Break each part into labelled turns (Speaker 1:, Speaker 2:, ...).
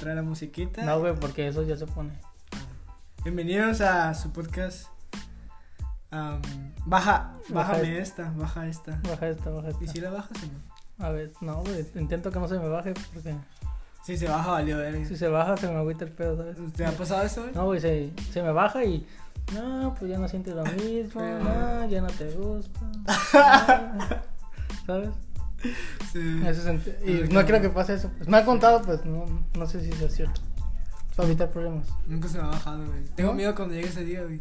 Speaker 1: trae la musiquita.
Speaker 2: No, güey, porque eso ya se pone.
Speaker 1: Bienvenidos a su podcast. Am, baja,
Speaker 2: Baja
Speaker 1: bájame esta, baja esta.
Speaker 2: Baja esta, baja
Speaker 1: ¿Y si
Speaker 2: esta.
Speaker 1: la bajas o no?
Speaker 2: A ver, no, güey, intento que no se me baje porque
Speaker 1: Si se baja, valió ver.
Speaker 2: si se baja se me agüita el pedo, ¿sabes?
Speaker 1: ¿Te ha pasado eso, güey?
Speaker 2: No, güey, se, se me baja y. No, pues ya no sientes lo mismo,
Speaker 1: Eh.
Speaker 2: no, ya no te gusta. no", ¿Sabes?
Speaker 1: Sí.
Speaker 2: Eso es ent-
Speaker 1: Ah,
Speaker 2: y no
Speaker 1: claro.
Speaker 2: creo que pase eso. Pues me ha contado, pues no, no sé si sea cierto. Para evitar problemas.
Speaker 1: Nunca se me ha bajado, güey. Tengo
Speaker 2: ¿No?
Speaker 1: miedo cuando llegue ese día, güey.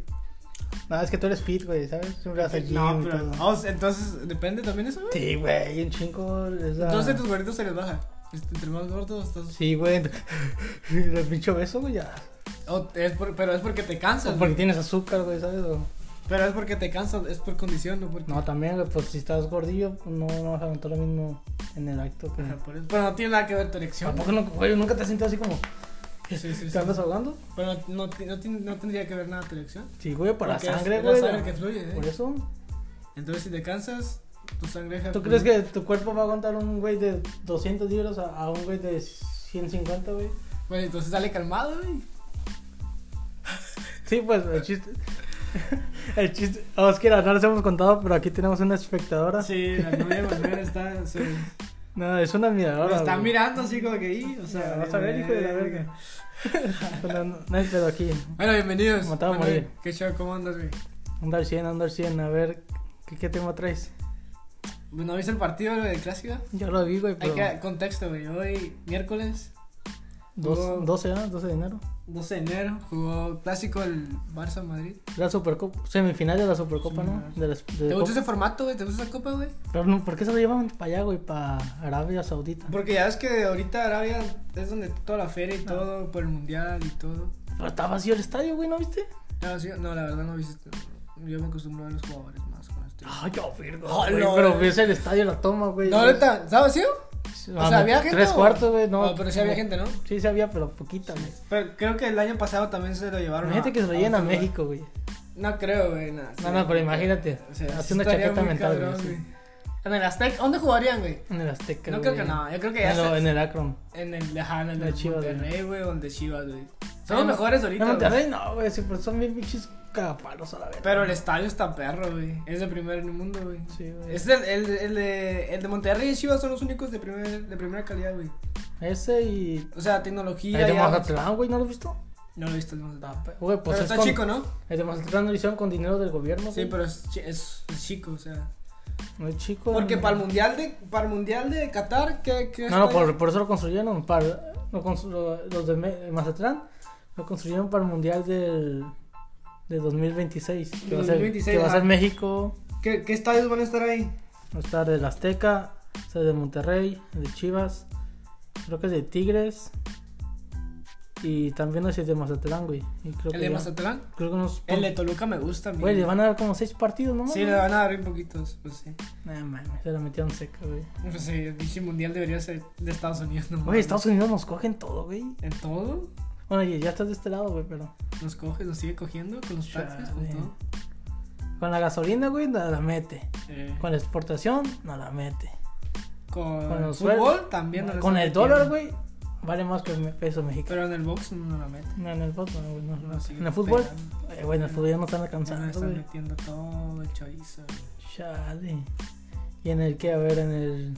Speaker 2: No, es que tú eres fit, güey, ¿sabes? Siempre vas al gym
Speaker 1: No,
Speaker 2: y
Speaker 1: pero
Speaker 2: todo.
Speaker 1: vamos, entonces, ¿depende también eso, güey?
Speaker 2: Sí, güey, en chingo es la...
Speaker 1: Entonces tus gorditos se les baja. Este, Entre más gordos estás...
Speaker 2: Sí, güey. El pinche beso, güey, ya.
Speaker 1: O es por- pero es porque te
Speaker 2: O
Speaker 1: cansas,
Speaker 2: porque
Speaker 1: güey.
Speaker 2: tienes azúcar, güey, ¿sabes? O-
Speaker 1: Pero es porque te cansas, es por condición, no porque...
Speaker 2: No, también, güey, pues si estás gordillo, pues, no, no vas a aguantar lo mismo en el acto.
Speaker 1: Ajá,
Speaker 2: Pero,
Speaker 1: por eso. Pero no tiene nada que ver tu erección.
Speaker 2: ¿Tampoco no, güey, nunca te has sentido así como...
Speaker 1: Sí, sí, sí.
Speaker 2: ¿Te andas ahogando?
Speaker 1: Pero no, no, ti- no tiene- no tendría que ver nada tu erección.
Speaker 2: Sí, güey, por la
Speaker 1: Porque es-
Speaker 2: sangre,
Speaker 1: es
Speaker 2: güey.
Speaker 1: La sangre
Speaker 2: la-
Speaker 1: que fluye, ¿eh?
Speaker 2: Por eso.
Speaker 1: Entonces si te cansas, tu sangre... deja
Speaker 2: ¿Tú
Speaker 1: fluir.
Speaker 2: crees que tu cuerpo va a aguantar un güey de 200 libras a, a un güey de 150, güey?
Speaker 1: Pues entonces sale calmado, güey.
Speaker 2: Sí, pues el chiste. El chiste. oh, Oscar, no les hemos contado, pero aquí tenemos una espectadora.
Speaker 1: Sí, la novia de Manuel está... se-
Speaker 2: No, es una
Speaker 1: Lo
Speaker 2: admiradora.
Speaker 1: están
Speaker 2: güey.
Speaker 1: mirando así como que ahí, o sea,
Speaker 2: Ya, vas a ver, hijo de la verga. Pero no, no hay pedo aquí.
Speaker 1: Bueno, bienvenidos.
Speaker 2: Matado a
Speaker 1: Manuel,
Speaker 2: morir.
Speaker 1: ¿Qué show? ¿Cómo andas, güey?
Speaker 2: Andar 100, andar 100. A ver, ¿qué, qué tema traes?
Speaker 1: Bueno, ¿viste el partido güey, del clásico?
Speaker 2: Ya lo vi, güey,
Speaker 1: Hay
Speaker 2: pero.
Speaker 1: que contexto, güey. Hoy, miércoles,
Speaker 2: dos-
Speaker 1: Hubo-
Speaker 2: 12, ¿ah? 12 de enero.
Speaker 1: 12 de enero, jugó clásico el Barça-Madrid.
Speaker 2: La Supercopa. Semifinal de la Supercopa, ¿no?
Speaker 1: Semifinal.
Speaker 2: De las- de
Speaker 1: ¿Te
Speaker 2: Copa-
Speaker 1: gusta ese formato, güey? ¿Te gusta esa copa, güey?
Speaker 2: Pero no, ¿por qué se lo llevan para allá, güey? Para Arabia Saudita.
Speaker 1: Porque ya ves que ahorita Arabia es donde toda la feria
Speaker 2: Ah.
Speaker 1: y todo, por el mundial y todo.
Speaker 2: Pero está vacío el estadio, güey, ¿no viste?
Speaker 1: No, sí, no, la verdad no viste. Yo me acostumbro a ver los jugadores más con este.
Speaker 2: Ay, yo, Virgo.
Speaker 1: Hola,
Speaker 2: güey,
Speaker 1: güey.
Speaker 2: Pero ves el estadio, la toma, güey.
Speaker 1: No, ahorita, ¿estaba vacío?
Speaker 2: Ah,
Speaker 1: O sea, había gente.
Speaker 2: Tres
Speaker 1: o- Ah,
Speaker 2: cuartos, güey, no.
Speaker 1: pero sí había gente, ¿no?
Speaker 2: Sí, sí había, pero poquita, güey.
Speaker 1: Pero creo que el año pasado también se lo llevaron.
Speaker 2: Imagínate que se lo
Speaker 1: a
Speaker 2: lleven a
Speaker 1: otro lugar.
Speaker 2: México, güey.
Speaker 1: No creo, güey, nada.
Speaker 2: No, no, pero imagínate, hace una chaqueta mental, güey, sí.
Speaker 1: En el Aztec, ¿dónde jugarían, güey?
Speaker 2: En el Azteca,
Speaker 1: No
Speaker 2: güey.
Speaker 1: creo que no, yo creo que ya
Speaker 2: En, lo-
Speaker 1: está-
Speaker 2: en el Akron.
Speaker 1: En el ajá, en el
Speaker 2: La
Speaker 1: de
Speaker 2: Chivas, güey.
Speaker 1: Monterrey, güey, donde Chivas, güey. Son los mejores ahorita,
Speaker 2: En
Speaker 1: güey.
Speaker 2: Monterrey no, güey, siempre son bien bichis cagapalos a la vez.
Speaker 1: Pero el estadio está perro, güey. Es de primer en el mundo, güey.
Speaker 2: Sí, güey.
Speaker 1: Es el, el, el de, el de Monterrey y Chivas son los únicos de, primer, de primera calidad, güey.
Speaker 2: Ese y...
Speaker 1: O sea,
Speaker 2: El
Speaker 1: tecnología.
Speaker 2: de
Speaker 1: ya-
Speaker 2: Mazatlán, güey, ¿no lo has visto?
Speaker 1: No lo he visto, no lo he visto.
Speaker 2: Güey, pues
Speaker 1: Pero
Speaker 2: es
Speaker 1: está
Speaker 2: con-
Speaker 1: chico, ¿no?
Speaker 2: El de Mazatlán lo hicieron con dinero del gobierno,
Speaker 1: Sí,
Speaker 2: güey.
Speaker 1: pero es, chi- es- es chico, o sea.
Speaker 2: No es chico.
Speaker 1: Porque
Speaker 2: no.
Speaker 1: para el mundial de, para el mundial de Qatar, ¿qué, qué
Speaker 2: No, no,
Speaker 1: estadio?
Speaker 2: por, por eso lo construyeron. Para, lo constru- los de Me- Mazatlán lo construyeron para el Mundial del, de 2026. Que, va, a ser,
Speaker 1: 2026,
Speaker 2: que va a ser
Speaker 1: ajá.
Speaker 2: México,
Speaker 1: ¿Qué, ¿Qué estadios van a estar ahí?
Speaker 2: va a estar del Azteca, o sea, de Monterrey, de Chivas, creo que es de Tigres. Y también no sé si es de Mazatlán, güey. Y creo que
Speaker 1: ¿El de
Speaker 2: ya-
Speaker 1: Mazatlán?
Speaker 2: Creo que unos...
Speaker 1: El de Toluca me gusta, a mí.
Speaker 2: Güey, le van a dar como seis partidos, ¿no?
Speaker 1: Sí, le van a dar bien poquitos, pues sí.
Speaker 2: No mames, se la metieron seca, güey.
Speaker 1: Pues sí, el pinche mundial debería ser de Estados Unidos, ¿no?
Speaker 2: Güey, Estados Unidos nos cogen todo, güey.
Speaker 1: En todo,
Speaker 2: Bueno, y ya estás de este lado, güey, pero...
Speaker 1: nos coge, nos sigue cogiendo con los taxis, con
Speaker 2: Chale.
Speaker 1: todo.
Speaker 2: Con la gasolina, güey, la, la mete.
Speaker 1: Eh,
Speaker 2: Con la exportación, no la mete.
Speaker 1: con,
Speaker 2: con los
Speaker 1: fútbol
Speaker 2: sueldos,
Speaker 1: también. no la
Speaker 2: Con
Speaker 1: está
Speaker 2: el dólar,
Speaker 1: metiendo.
Speaker 2: güey, vale más que el me- peso mexicano.
Speaker 1: Pero en el box no la meten.
Speaker 2: No, en el fútbol, güey, no, no.
Speaker 1: No, sí,
Speaker 2: en el fútbol,
Speaker 1: pegando.
Speaker 2: eh, bueno, el fútbol ya no están
Speaker 1: Ya le
Speaker 2: alcanzando,
Speaker 1: están
Speaker 2: güey.
Speaker 1: metiendo todo el chorizo.
Speaker 2: Chale. ¿Y en el qué? A ver, en el.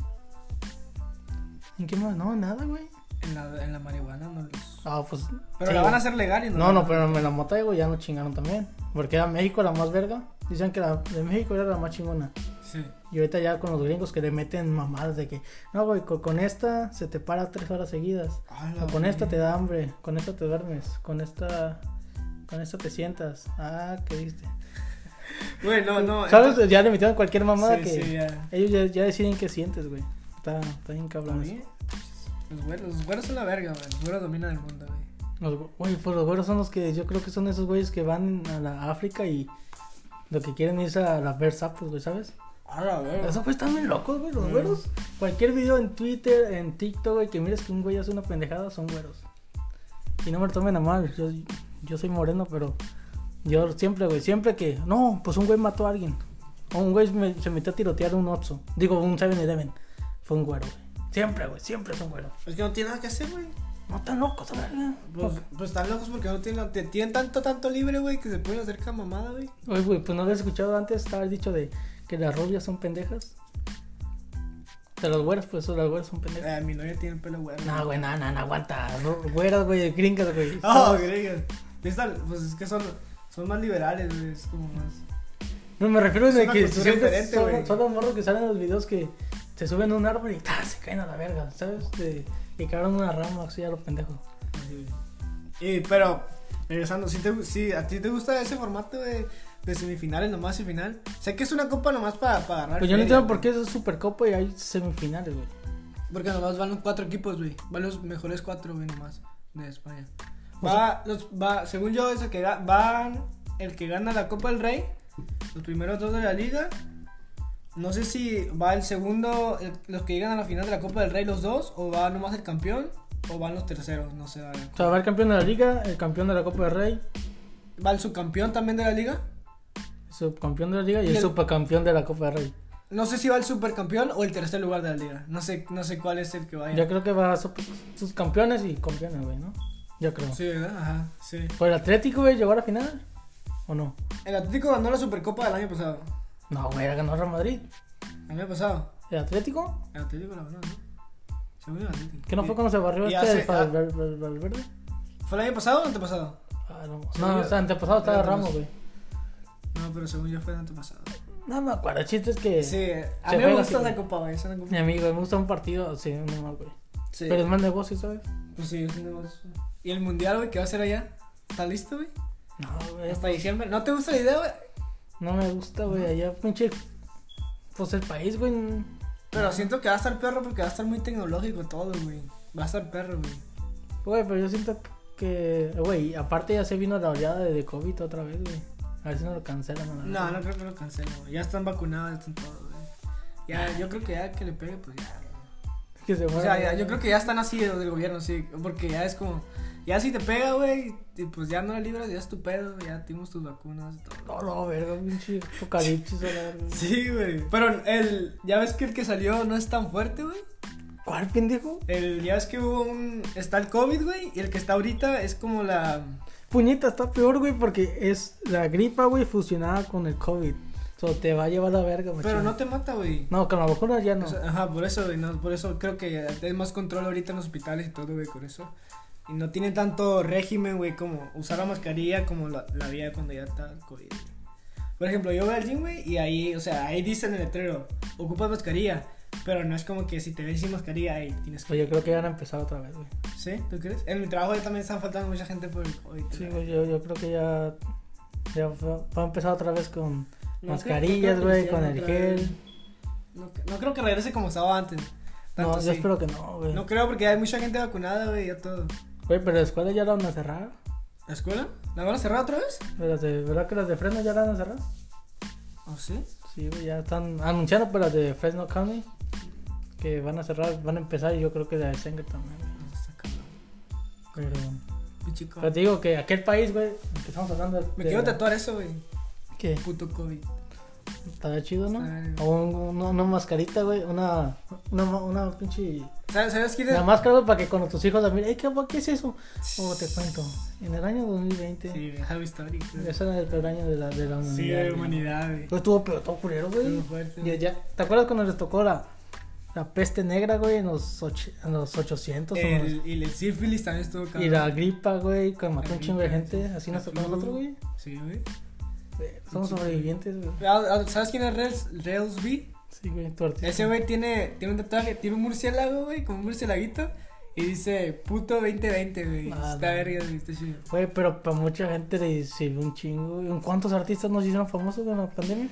Speaker 2: ¿En qué más? No, nada, güey.
Speaker 1: En la, en la marihuana no los.
Speaker 2: Ah, pues.
Speaker 1: Pero
Speaker 2: sí,
Speaker 1: la van a
Speaker 2: güey.
Speaker 1: hacer legal y no.
Speaker 2: No,
Speaker 1: la-
Speaker 2: no, pero me la mota, güey, ya no chingaron también. Porque era México la más verga. Dicen que la de México era la más chingona.
Speaker 1: Sí.
Speaker 2: Y ahorita ya con los gringos que le meten mamadas de que, no, güey, co- con esta se te para tres horas seguidas.
Speaker 1: Ala,
Speaker 2: O Ah, con esta te
Speaker 1: güey.
Speaker 2: da hambre, con esta te duermes, con esta, con esta te sientas. Ah, ¿qué viste?
Speaker 1: Güey, no, no.
Speaker 2: ¿Sabes?
Speaker 1: entonces-
Speaker 2: Ya le metieron cualquier mamada
Speaker 1: sí,
Speaker 2: que
Speaker 1: sí, ya.
Speaker 2: ellos ya, ya deciden qué sientes, güey. Está, está bien cabrón
Speaker 1: Oye, Los güeros, los güeros son la verga, güey. Los güeros dominan el mundo, güey.
Speaker 2: eso. Los gü- Güey, pues los güeros son los que, yo creo que son esos güeyes que van a la África y lo que quieren es a la ver sapos, güey, ¿sabes?
Speaker 1: A la verga.
Speaker 2: Esos güeyes están bien locos, güey, los
Speaker 1: Mm.
Speaker 2: güeros. Cualquier video en Twitter, en TikTok, güey, que mires que un güey hace una pendejada, son güeros. Y no me lo tomen a mal, yo, yo soy moreno, pero yo siempre, güey, siempre que, no, pues un güey mató a alguien. O un güey me- se metió a tirotear un Oxxo, digo, un 7-Eleven. Fue un güero, güey. Siempre, güey, siempre son güeros.
Speaker 1: Es que no tiene nada que hacer, güey.
Speaker 2: No tan locos, a verga.
Speaker 1: Pues, pues están locos porque no tienen, te tienen tanto, tanto libre, güey, que se pueden hacer camamada, güey.
Speaker 2: Oye, güey, pues no habías escuchado antes, habías dicho de que las rubias son pendejas. De las güeras, pues las güeras son pendejas.
Speaker 1: Eh, mi novia tiene el pelo güey.
Speaker 2: No, güey, no, no, no, aguanta. Ru- Güeras, güey, gringas, güey.
Speaker 1: Oh, gringas. Están- Pues es que son, son más liberales, güey, es como más.
Speaker 2: No, me refiero a
Speaker 1: Es una
Speaker 2: que
Speaker 1: cultura
Speaker 2: siempre
Speaker 1: diferente,
Speaker 2: son,
Speaker 1: güey.
Speaker 2: son los morros que salen en los videos que se suben a un árbol y ¡tá! se caen a la verga, ¿sabes? De, y cabrón una rama así a los pendejos.
Speaker 1: Y, pero, regresando, si, te, si a ti te gusta ese formato de, de semifinales nomás y final, sé que es una copa nomás para para ganar.
Speaker 2: Pues yo
Speaker 1: feria,
Speaker 2: no entiendo por qué eso es Supercopa y hay semifinales, güey.
Speaker 1: Porque nomás van los cuatro equipos, güey. Van los mejores cuatro, güey, nomás de España.
Speaker 2: O
Speaker 1: Va, los, va, según yo, eso que ga- van el que gana la Copa del Rey, los primeros dos de la liga. No sé si va el segundo, el- los que llegan a la final de la Copa del Rey, los dos, o va nomás el campeón, o van los terceros, no sé. vale.
Speaker 2: O sea, va el campeón de la liga, el campeón de la Copa del Rey,
Speaker 1: ¿Va el subcampeón también de la liga?
Speaker 2: el subcampeón de la liga y,
Speaker 1: Y
Speaker 2: el
Speaker 1: el-
Speaker 2: supercampeón de la Copa del Rey.
Speaker 1: No sé si va el supercampeón o el tercer lugar de la liga. No sé, no sé cuál es el que vaya.
Speaker 2: Yo creo que va a sup- sus campeones y campeones, güey, ¿no? Yo creo.
Speaker 1: Sí, ¿verdad? Ajá, sí.
Speaker 2: ¿Por el Atlético, güey, llegó a la final? ¿O no?
Speaker 1: El Atlético ganó la Supercopa del año pasado.
Speaker 2: No, güey, ganó Real Madrid.
Speaker 1: El año pasado.
Speaker 2: ¿El Atlético?
Speaker 1: El Atlético Ah, la verdad, ¿no? Según yo, el Atlético.
Speaker 2: ¿Que no
Speaker 1: Y-
Speaker 2: fue cuando se barrió
Speaker 1: y
Speaker 2: este
Speaker 1: hace- ah.
Speaker 2: el Val- Val- Val- Valverde?
Speaker 1: ¿Fue el año pasado o antepasado?
Speaker 2: Ah, no,
Speaker 1: Sí,
Speaker 2: no,
Speaker 1: yo-
Speaker 2: o sea, antepasado estaba
Speaker 1: yo
Speaker 2: Ramos,
Speaker 1: también.
Speaker 2: güey.
Speaker 1: No, pero según yo fue el antepasado.
Speaker 2: No me acuerdo, el chiste es que
Speaker 1: Sí, a
Speaker 2: Se
Speaker 1: mí me
Speaker 2: juega
Speaker 1: gusta
Speaker 2: así.
Speaker 1: la copa, güey. Es una copa.
Speaker 2: mi amigo me gusta un partido, sí, no más, güey.
Speaker 1: Sí.
Speaker 2: Pero es más negocio, ¿sabes?
Speaker 1: Pues sí, es un negocio. ¿Y el mundial, güey, que va a ser allá? ¿Está listo, güey?
Speaker 2: No, güey,
Speaker 1: Hasta diciembre. ¿No te gusta la idea, güey?
Speaker 2: no me gusta, güey, allá pinche pues el país, güey.
Speaker 1: Pero siento que va a estar perro porque va a estar muy tecnológico todo, güey. Va a estar perro, güey.
Speaker 2: Güey, pero yo siento que güey, aparte ya se vino la oleada de de COVID otra vez, güey. A ver si no lo cancelan, a la
Speaker 1: No,
Speaker 2: verga.
Speaker 1: no creo que lo cancelen, güey. Ya están vacunados, ya están todos, güey.
Speaker 2: Ah.
Speaker 1: Ya, yo creo que ya que le pegue, pues ya.
Speaker 2: Que se
Speaker 1: O sea, ya, yo creo que ya están así los del gobierno, sí. Porque ya es como. Ya si te pega, güey, y pues ya no la libras, ya es tu pedo, ya tuvimos tus vacunas y todo.
Speaker 2: No, no, verga, pinche apocalipsis, a la verga.
Speaker 1: Sí, güey. Pero el. Ya ves que el que salió no es tan fuerte, güey.
Speaker 2: ¿Cuál pendejo?
Speaker 1: El, ya ves que hubo un. Está el COVID, güey. Y el que está ahorita es como la.
Speaker 2: Puñeta, está peor, güey, porque es la gripa, güey, fusionada con el COVID. O sea, te va a llevar la verga, güey.
Speaker 1: Pero no te mata, güey.
Speaker 2: No, con la vacuna ya no.
Speaker 1: O sea, ajá, por eso, güey. No, por eso creo que hay más control ahorita en los hospitales y todo, güey, con eso. Y no tienen tanto régimen, güey, como usar la mascarilla como la, la había cuando ya está el COVID. Por ejemplo, yo voy al gym, güey, y ahí, o sea, ahí dice en el letrero, ocupa mascarilla. Pero no es como que si te ves sin mascarilla, ahí tienes que.
Speaker 2: Pues yo creo que ya van a empezar otra vez, güey.
Speaker 1: ¿Sí? ¿Tú crees? En mi trabajo ya también están faltando mucha gente por el COVID.
Speaker 2: Sí,
Speaker 1: ¿verdad?
Speaker 2: güey, yo, yo creo que ya, ya va va a empezar otra vez con
Speaker 1: No
Speaker 2: mascarillas,
Speaker 1: creo- no creo que
Speaker 2: güey,
Speaker 1: lo
Speaker 2: con
Speaker 1: hicieran
Speaker 2: el
Speaker 1: otra vez.
Speaker 2: gel.
Speaker 1: No, cre- no creo que regrese como estaba antes.
Speaker 2: No,
Speaker 1: Tanto
Speaker 2: yo
Speaker 1: sí.
Speaker 2: espero que no, güey.
Speaker 1: No creo porque hay mucha gente vacunada, güey, ya todo.
Speaker 2: Güey, pero la escuela ya la van a cerrar.
Speaker 1: ¿La escuela? ¿La van a cerrar otra vez?
Speaker 2: Las de- ¿Verdad que las de Fresno ya la van a cerrar?
Speaker 1: ¿O sí?
Speaker 2: Sí, güey, ya están anunciando para las de Fresno County que van a cerrar, van a empezar y yo creo que la de Sanger también, güey.
Speaker 1: No, está cabrón.
Speaker 2: Pero...
Speaker 1: Pinche COVID.
Speaker 2: Pero te digo que aquel país, güey, empezamos hablando de...
Speaker 1: Me quiero tatuar eso, güey.
Speaker 2: ¿Qué?
Speaker 1: Puto COVID.
Speaker 2: Estaría chido, ¿no?
Speaker 1: Está bien.
Speaker 2: O un- una, una mascarita, güey, una, una, ma- una pinche...
Speaker 1: ¿Sabes, sabes quién es?
Speaker 2: La máscara, güey, para que con tus hijos también... "Ey, ¿qué, ¿Qué es eso? Oh, te cuento. En el año 2020...
Speaker 1: Sí, güey, algo histórico.
Speaker 2: Eso era el peor año de la, de la humanidad.
Speaker 1: Sí, de
Speaker 2: güey.
Speaker 1: humanidad, güey.
Speaker 2: Pues estuvo pero todo culero, güey.
Speaker 1: Estuvo fuerte,
Speaker 2: Ya-
Speaker 1: güey.
Speaker 2: ya- ¿Te acuerdas cuando les tocó la, la peste negra, güey? En los, och- en los 800 o en los-
Speaker 1: El, y el sífilis también estuvo cabrón.
Speaker 2: Y la gripa, güey, que mató
Speaker 1: La
Speaker 2: un chingo de
Speaker 1: gripa,
Speaker 2: gente.
Speaker 1: sí.
Speaker 2: Así nos
Speaker 1: El
Speaker 2: tocó a nosotros,
Speaker 1: flu.
Speaker 2: güey. Eh,
Speaker 1: Sí, güey.
Speaker 2: Somos sobrevivientes, güey.
Speaker 1: Ah, ah, ¿Sabes quién es Rails, Rails B?
Speaker 2: Sí, güey, tu artista.
Speaker 1: Ese güey tiene, tiene un tatuaje, tiene un murciélago, güey, como un murciélaguito. Y dice, puto 2020, güey. está
Speaker 2: Ah, no.
Speaker 1: verga, güey, está chido.
Speaker 2: Güey, pero para mucha gente le sirvió un chingo. güey. ¿Cuántos artistas nos hicieron famosos con la pandemia?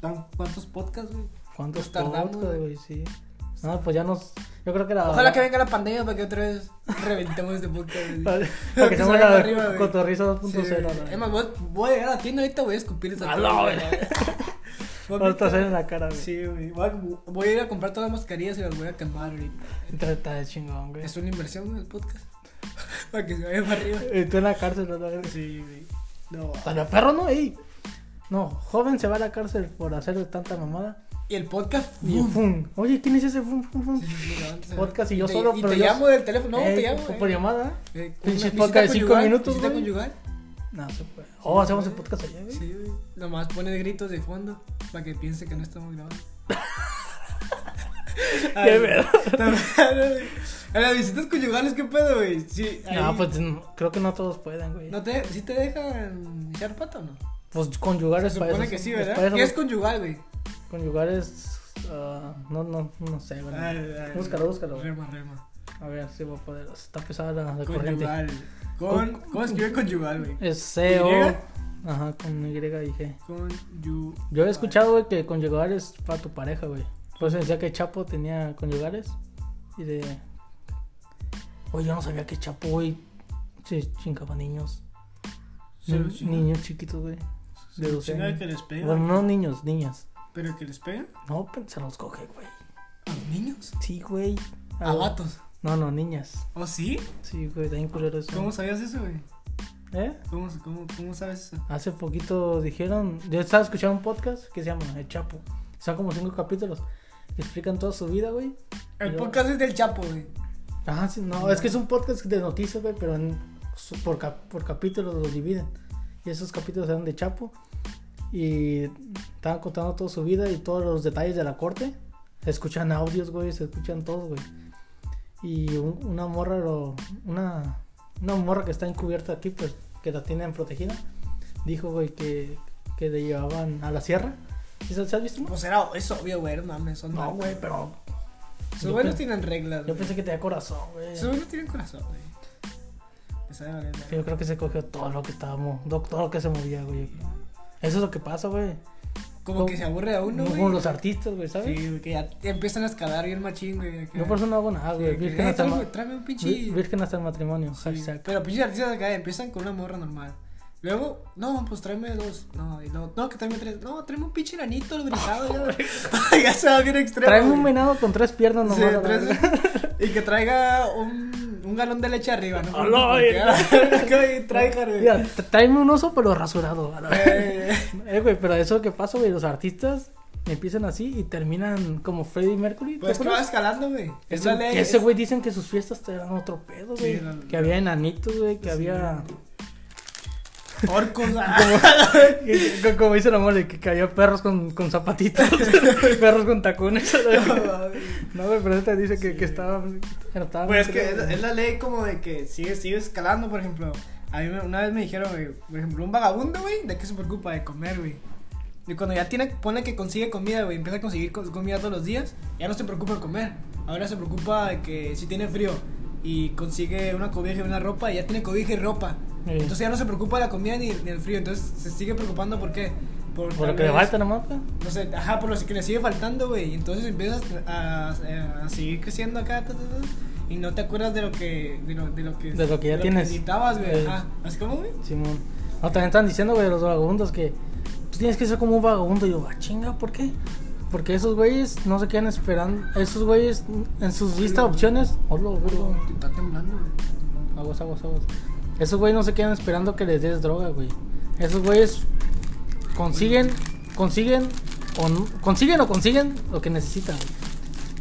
Speaker 1: Tan- ¿Cuántos podcasts, güey?
Speaker 2: ¿Cuántos
Speaker 1: Nos Pues tardamos,
Speaker 2: podcasts,
Speaker 1: güey.
Speaker 2: güey? Sí. No, pues ya nos. Yo creo que la.
Speaker 1: Ojalá que venga la pandemia para que otra vez reventemos este podcast, güey.
Speaker 2: Para
Speaker 1: que
Speaker 2: que
Speaker 1: se
Speaker 2: seamos
Speaker 1: vaya para
Speaker 2: la
Speaker 1: arriba, güey.
Speaker 2: Cotorriza 2.0.
Speaker 1: Sí,
Speaker 2: la
Speaker 1: güey.
Speaker 2: verdad.
Speaker 1: es más, voy, voy a llegar a la tienda ahorita, voy a escupir esa
Speaker 2: A
Speaker 1: tienda,
Speaker 2: la
Speaker 1: güey.
Speaker 2: verga.
Speaker 1: Voy a
Speaker 2: Ahorita
Speaker 1: aplicar-
Speaker 2: sale en la cara, güey.
Speaker 1: Sí, güey. Voy a, voy a ir a comprar todas las mascarillas y las voy a quemar ahorita.
Speaker 2: Trata de chingón, güey.
Speaker 1: Es una inversión, güey, el podcast. para que se vaya para arriba.
Speaker 2: Eh, Tú en la cárcel, ¿no?
Speaker 1: Sí, güey. No,
Speaker 2: Para perro no, ey. No, joven se va a la cárcel por hacer tanta mamada.
Speaker 1: Y el podcast.
Speaker 2: Y
Speaker 1: ¡fum!
Speaker 2: fum. Oye, ¿quién es ese fum, fum, fum?
Speaker 1: Me levantas a-
Speaker 2: Podcast y yo
Speaker 1: te-
Speaker 2: solo,
Speaker 1: Y
Speaker 2: pero
Speaker 1: te
Speaker 2: yo-
Speaker 1: llamo del teléfono. No,
Speaker 2: Eh,
Speaker 1: te llamo. eh.
Speaker 2: Por llamada.
Speaker 1: Eh, con
Speaker 2: pinches
Speaker 1: una visita
Speaker 2: podcast de cinco
Speaker 1: conyugal,
Speaker 2: minutos,
Speaker 1: visita
Speaker 2: güey.
Speaker 1: conyugal.
Speaker 2: No, se puede. Oh, hacemos el podcast allá, güey.
Speaker 1: Sí, güey. Nomás pones gritos de fondo para que piense que no estamos grabando.
Speaker 2: Qué pedo.
Speaker 1: A las visitas conyugales, ¿qué pedo, güey? Sí, ahí-
Speaker 2: No, pues no, creo que no todos pueden, güey.
Speaker 1: ¿No te, ¿Sí te dejan echar pata o no?
Speaker 2: Pues conyugar
Speaker 1: Se
Speaker 2: es para
Speaker 1: supone
Speaker 2: eso,
Speaker 1: que sí,
Speaker 2: es
Speaker 1: ¿verdad?
Speaker 2: para eso,
Speaker 1: ¿Qué es
Speaker 2: güey.
Speaker 1: conyugal, güey?
Speaker 2: Conyugar es. ah, no, no, no sé, güey.
Speaker 1: Ah.
Speaker 2: Búscalo, búscalo.
Speaker 1: Rema, rema.
Speaker 2: A ver si voy a poder. Está pesada la, la corriente.
Speaker 1: Conyugal. Con, ¿Cómo escribe conyugal, güey?
Speaker 2: Es CEO.
Speaker 1: ¿Y?
Speaker 2: Ajá, con Y y G.
Speaker 1: Conyugal.
Speaker 2: Yo he escuchado, güey, que conyugar es para tu pareja, güey. Pues decía que Chapo tenía conyugares. Y de. Oye, yo no sabía que Chapo, güey, se chingaba niños.
Speaker 1: Se
Speaker 2: Ni-
Speaker 1: los chinga.
Speaker 2: niños chiquitos, güey.
Speaker 1: Se
Speaker 2: de
Speaker 1: los
Speaker 2: 12
Speaker 1: chinga
Speaker 2: años.
Speaker 1: que les pega.
Speaker 2: Bueno, no niños, niñas.
Speaker 1: ¿Pero que les pega?
Speaker 2: No, pero se los coge, güey.
Speaker 1: ¿A los niños?
Speaker 2: Sí, güey.
Speaker 1: ¿A
Speaker 2: Ah,
Speaker 1: vatos?
Speaker 2: No, no, niñas.
Speaker 1: ¿O sí?
Speaker 2: Sí, güey, está bien culero eso.
Speaker 1: ¿Cómo sabías eso, güey?
Speaker 2: ¿Eh?
Speaker 1: ¿Cómo, cómo, cómo sabes eso?
Speaker 2: Hace poquito dijeron, yo estaba escuchando un podcast que se llama El Chapo. Son como cinco capítulos. que Explican toda su vida, güey.
Speaker 1: El
Speaker 2: Yo-
Speaker 1: podcast es del Chapo, güey.
Speaker 2: Ah, sí, no, es que es un podcast de noticias, güey, pero en, su- por, cap- por capítulos los dividen. Y esos capítulos eran de Chapo. Y estaban contando toda su vida y todos los detalles de la corte. Se escuchan audios, güey, se escuchan todos, güey. Y un- una morra, lo- una, una morra que está encubierta aquí, pues, que la tienen protegida, dijo, güey, que, que le llevaban a la sierra. ¿Sí se- se has visto? no?
Speaker 1: Pues era, es obvio, güey, no mames, son
Speaker 2: No,
Speaker 1: narcos.
Speaker 2: güey, pero
Speaker 1: Sus
Speaker 2: yo
Speaker 1: buenos
Speaker 2: pe-
Speaker 1: tienen reglas,
Speaker 2: yo
Speaker 1: güey.
Speaker 2: pensé que tenía corazón, güey.
Speaker 1: Sus buenos tienen corazón, güey. Me sabe valer,
Speaker 2: Sí, Yo creo que se cogió todo lo que estábamos, lo- todo lo que se movía, güey. Eso es lo que pasa, güey.
Speaker 1: Como que se aburre a uno,
Speaker 2: Como
Speaker 1: Oh, güey.
Speaker 2: los artistas, güey, ¿sabes?
Speaker 1: Sí, güey, que ya te empiezan a escalar bien machín, güey. acá.
Speaker 2: Yo por eso no hago nada,
Speaker 1: Sí,
Speaker 2: güey.
Speaker 1: que,
Speaker 2: virgen,
Speaker 1: eh,
Speaker 2: hasta el
Speaker 1: tráeme-
Speaker 2: ma-
Speaker 1: tráeme un
Speaker 2: vi-
Speaker 1: pinche.
Speaker 2: virgen hasta el matrimonio,
Speaker 1: Sí,
Speaker 2: hashtag.
Speaker 1: Pero pinches artistas acá empiezan con una morra normal. Luego, no, pues tráeme dos. No, y luego, no, que tráeme tres. No, tráeme un pinche enanito lubricado. ya, güey. ya se va bien extremo.
Speaker 2: Tráeme un
Speaker 1: güey.
Speaker 2: venado con tres piernas nomás.
Speaker 1: Sí,
Speaker 2: a la
Speaker 1: tres-
Speaker 2: verga.
Speaker 1: y que traiga un, un galón de leche arriba, ¿no?
Speaker 2: Aló, eh.
Speaker 1: Porque- y traiga, güey.
Speaker 2: Mira, t- tráeme un oso pero rasurado. a la verga.
Speaker 1: Eh,
Speaker 2: Eh, güey, pero eso que pasa, güey, los artistas empiezan así y terminan como Freddie Mercury. ¿te
Speaker 1: Pues que va
Speaker 2: acuerdas?
Speaker 1: escalando, güey. Es
Speaker 2: Ese-
Speaker 1: la ley.
Speaker 2: que ese
Speaker 1: es-
Speaker 2: güey dicen que sus fiestas eran otro pedo,
Speaker 1: Sí,
Speaker 2: güey.
Speaker 1: la-
Speaker 2: que había enanitos, güey, que había...
Speaker 1: Orcos, ah.
Speaker 2: Y co- Como dice la mole, que caía perros con, con zapatitos, perros con tacones. No, güey, pero esta dice que, que estaba, estaba-
Speaker 1: Pues es que es, la- es la ley como de que sigue, sigue escalando, por ejemplo. A mí me- una vez me dijeron, güey, por ejemplo, un vagabundo, güey, ¿de qué se preocupa? De comer, güey. Y cuando ya tiene, pone que consigue comida, güey, empieza a conseguir co- comida todos los días, ya no se preocupa de comer. Ahora se preocupa de que si tiene frío y consigue una cobija y una ropa, ya tiene cobija y ropa.
Speaker 2: Sí.
Speaker 1: Entonces ya no se preocupa de la comida ni, ni el frío, entonces se sigue preocupando por qué. Por,
Speaker 2: Por
Speaker 1: tal
Speaker 2: lo que le
Speaker 1: vez-
Speaker 2: falta nomás, güey.
Speaker 1: no sé, ajá, por lo que le sigue faltando, güey. Entonces empiezas a, a- a seguir creciendo acá, ta, ta, ta, y no te acuerdas de lo que, de lo, de lo que,
Speaker 2: De lo que ya tienes.
Speaker 1: necesitabas, güey.
Speaker 2: Eh.
Speaker 1: Ajá. Así como, güey.
Speaker 2: Simón. No, también están diciendo, güey, los vagabundos que tú tienes que ser como un vagabundo. Y yo, ah, chinga, ¿por qué? Porque esos güeyes no se quedan esperando. Esos güeyes en sus listas de opciones. Hola, güey.
Speaker 1: Te está temblando, güey.
Speaker 2: Aguas, aguas, aguas. Esos güeyes no se quedan esperando que les des droga, güey. Esos güeyes consiguen, consiguen, o no- consiguen o consiguen lo que necesitan. güey.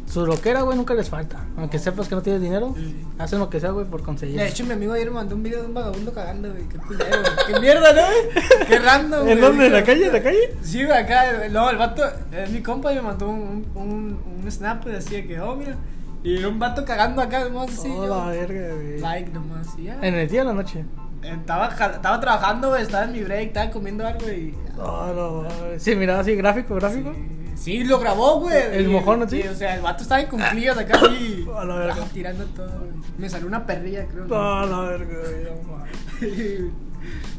Speaker 2: Su loquera, güey, nunca les falta. Aunque sepas que no tienes dinero,
Speaker 1: Sí.
Speaker 2: hacen lo que sea, güey, por conseguir.
Speaker 1: De hecho, mi amigo ayer me mandó un video de un vagabundo cagando, güey. Qué culero, güey. Qué mierda, ¿no, güey? Qué random, güey.
Speaker 2: ¿En dónde? ¿En la
Speaker 1: Dije,
Speaker 2: calle? ¿En la calle?
Speaker 1: Sí, güey, acá, no, el vato, es mi compa y me mandó un, un, un, un snap y decía que, oh, mira, y era un vato cagando acá, nomás así,
Speaker 2: Oh,
Speaker 1: yo,
Speaker 2: la verga, güey.
Speaker 1: like nomás, y ya.
Speaker 2: ¿En el día o en la noche?
Speaker 1: Estaba, jala- estaba trabajando, güey, estaba en mi break, estaba comiendo algo y...
Speaker 2: No, no, güey. ¿Ah, Sí, miraba así, gráfico, gráfico.
Speaker 1: Ah, Sí, lo grabó, güey.
Speaker 2: ¿El
Speaker 1: Y-
Speaker 2: mojón, no, sí?
Speaker 1: y, O sea, el vato estaba en cumplidos acá y...
Speaker 2: A la verga. Ah.
Speaker 1: ah, tirando todo, güey. Me salió una perrilla, creo.
Speaker 2: No, la verga, güey, no mames.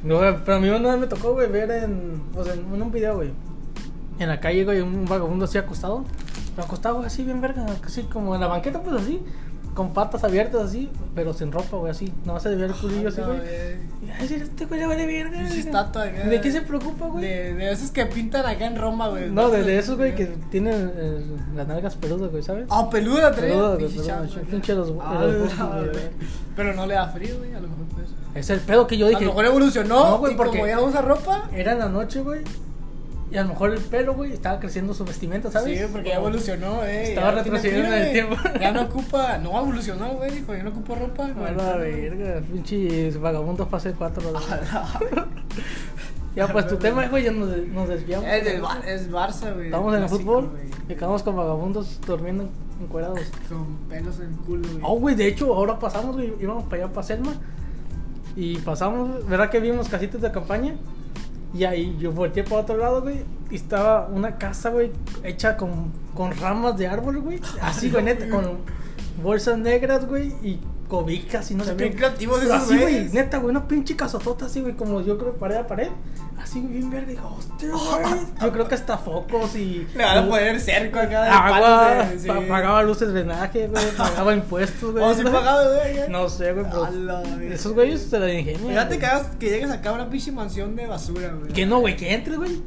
Speaker 2: No, güey, pero a mí una vez me tocó, güey, ver en, pues, en, en un video, güey. En la calle, güey, un vagabundo así acostado. Pero acostado, güey, así bien verga. Así como en la banqueta, pues así. Con patas abiertas así, pero sin ropa, güey, así. Nomás se le veía el culillo así,
Speaker 1: No,
Speaker 2: güey.
Speaker 1: güey.
Speaker 2: Y ay, este güey le vale verga.
Speaker 1: Pinche
Speaker 2: güey.
Speaker 1: estatua acá.
Speaker 2: ¿De qué se preocupa, güey?
Speaker 1: De, pues, de esos que pintan acá en Roma, güey.
Speaker 2: No, de, de esos, güey, que tienen eh, las nalgas peludas, güey, ¿sabes?
Speaker 1: Ah, peluda, tres.
Speaker 2: Peluda, güey, peluda, pinche los- los- güey.
Speaker 1: Ah, Pero no le da frío, güey, a lo mejor por eso.
Speaker 2: Es el pedo que yo
Speaker 1: a
Speaker 2: dije.
Speaker 1: lo mejor evolucionó
Speaker 2: No, güey,
Speaker 1: y
Speaker 2: porque-
Speaker 1: como ya usa ropa...
Speaker 2: Era en la noche, güey. Y a lo mejor el pelo, güey, estaba creciendo su vestimenta, ¿sabes?
Speaker 1: Sí, porque ya
Speaker 2: Como-
Speaker 1: evolucionó, eh.
Speaker 2: Estaba
Speaker 1: ya tiene
Speaker 2: retrocediendo en el
Speaker 1: frío, eh,
Speaker 2: tiempo.
Speaker 1: Ya no ocupa, no evolucionó, güey, dijo, ya no ocupo ropa.
Speaker 2: A
Speaker 1: güey.
Speaker 2: la verga, pinches vagabundos fase 4. la
Speaker 1: A
Speaker 2: verga.
Speaker 1: la-
Speaker 2: Ya, pues tu tema, güey, ya nos, nos desviamos.
Speaker 1: Es del Bar- es Barça, güey.
Speaker 2: Estamos en el
Speaker 1: clásico,
Speaker 2: fútbol
Speaker 1: güey.
Speaker 2: y acabamos con vagabundos durmiendo encuerados.
Speaker 1: Con pelos en el culo, güey.
Speaker 2: Oh, güey, de hecho, ahora pasamos, güey, íbamos para allá, para Selma. Y pasamos, ¿verdad que vimos casitas de campaña? Y ahí yo volteé para otro lado, güey, y estaba una casa, güey, hecha con, con ramas de árbol, güey. Así, güey, neta, con bolsas negras, güey, y cobijas y no sé
Speaker 1: También
Speaker 2: qué.
Speaker 1: creativos
Speaker 2: Pero
Speaker 1: esos
Speaker 2: así, güey,
Speaker 1: güeyes.
Speaker 2: neta, güey, una pinche casotota así, güey, como yo creo pared a pared. Así, bien verde, digo, hostia, güey. Yo creo que hasta focos y.
Speaker 1: Le van a poner cerco acá de
Speaker 2: Agua,
Speaker 1: palos, güey,
Speaker 2: pa-
Speaker 1: sí.
Speaker 2: pagaba luces, drenaje, güey, pagaba impuestos, güey.
Speaker 1: Oh, sí pagado, güey. ya.
Speaker 2: No sé, güey, pero
Speaker 1: A la verga.
Speaker 2: esos güeyes se la ingenian.
Speaker 1: Ya te
Speaker 2: güey.
Speaker 1: cagas que llegas acá a una pinche mansión de basura, güey.
Speaker 2: Que no, güey, que entre, güey.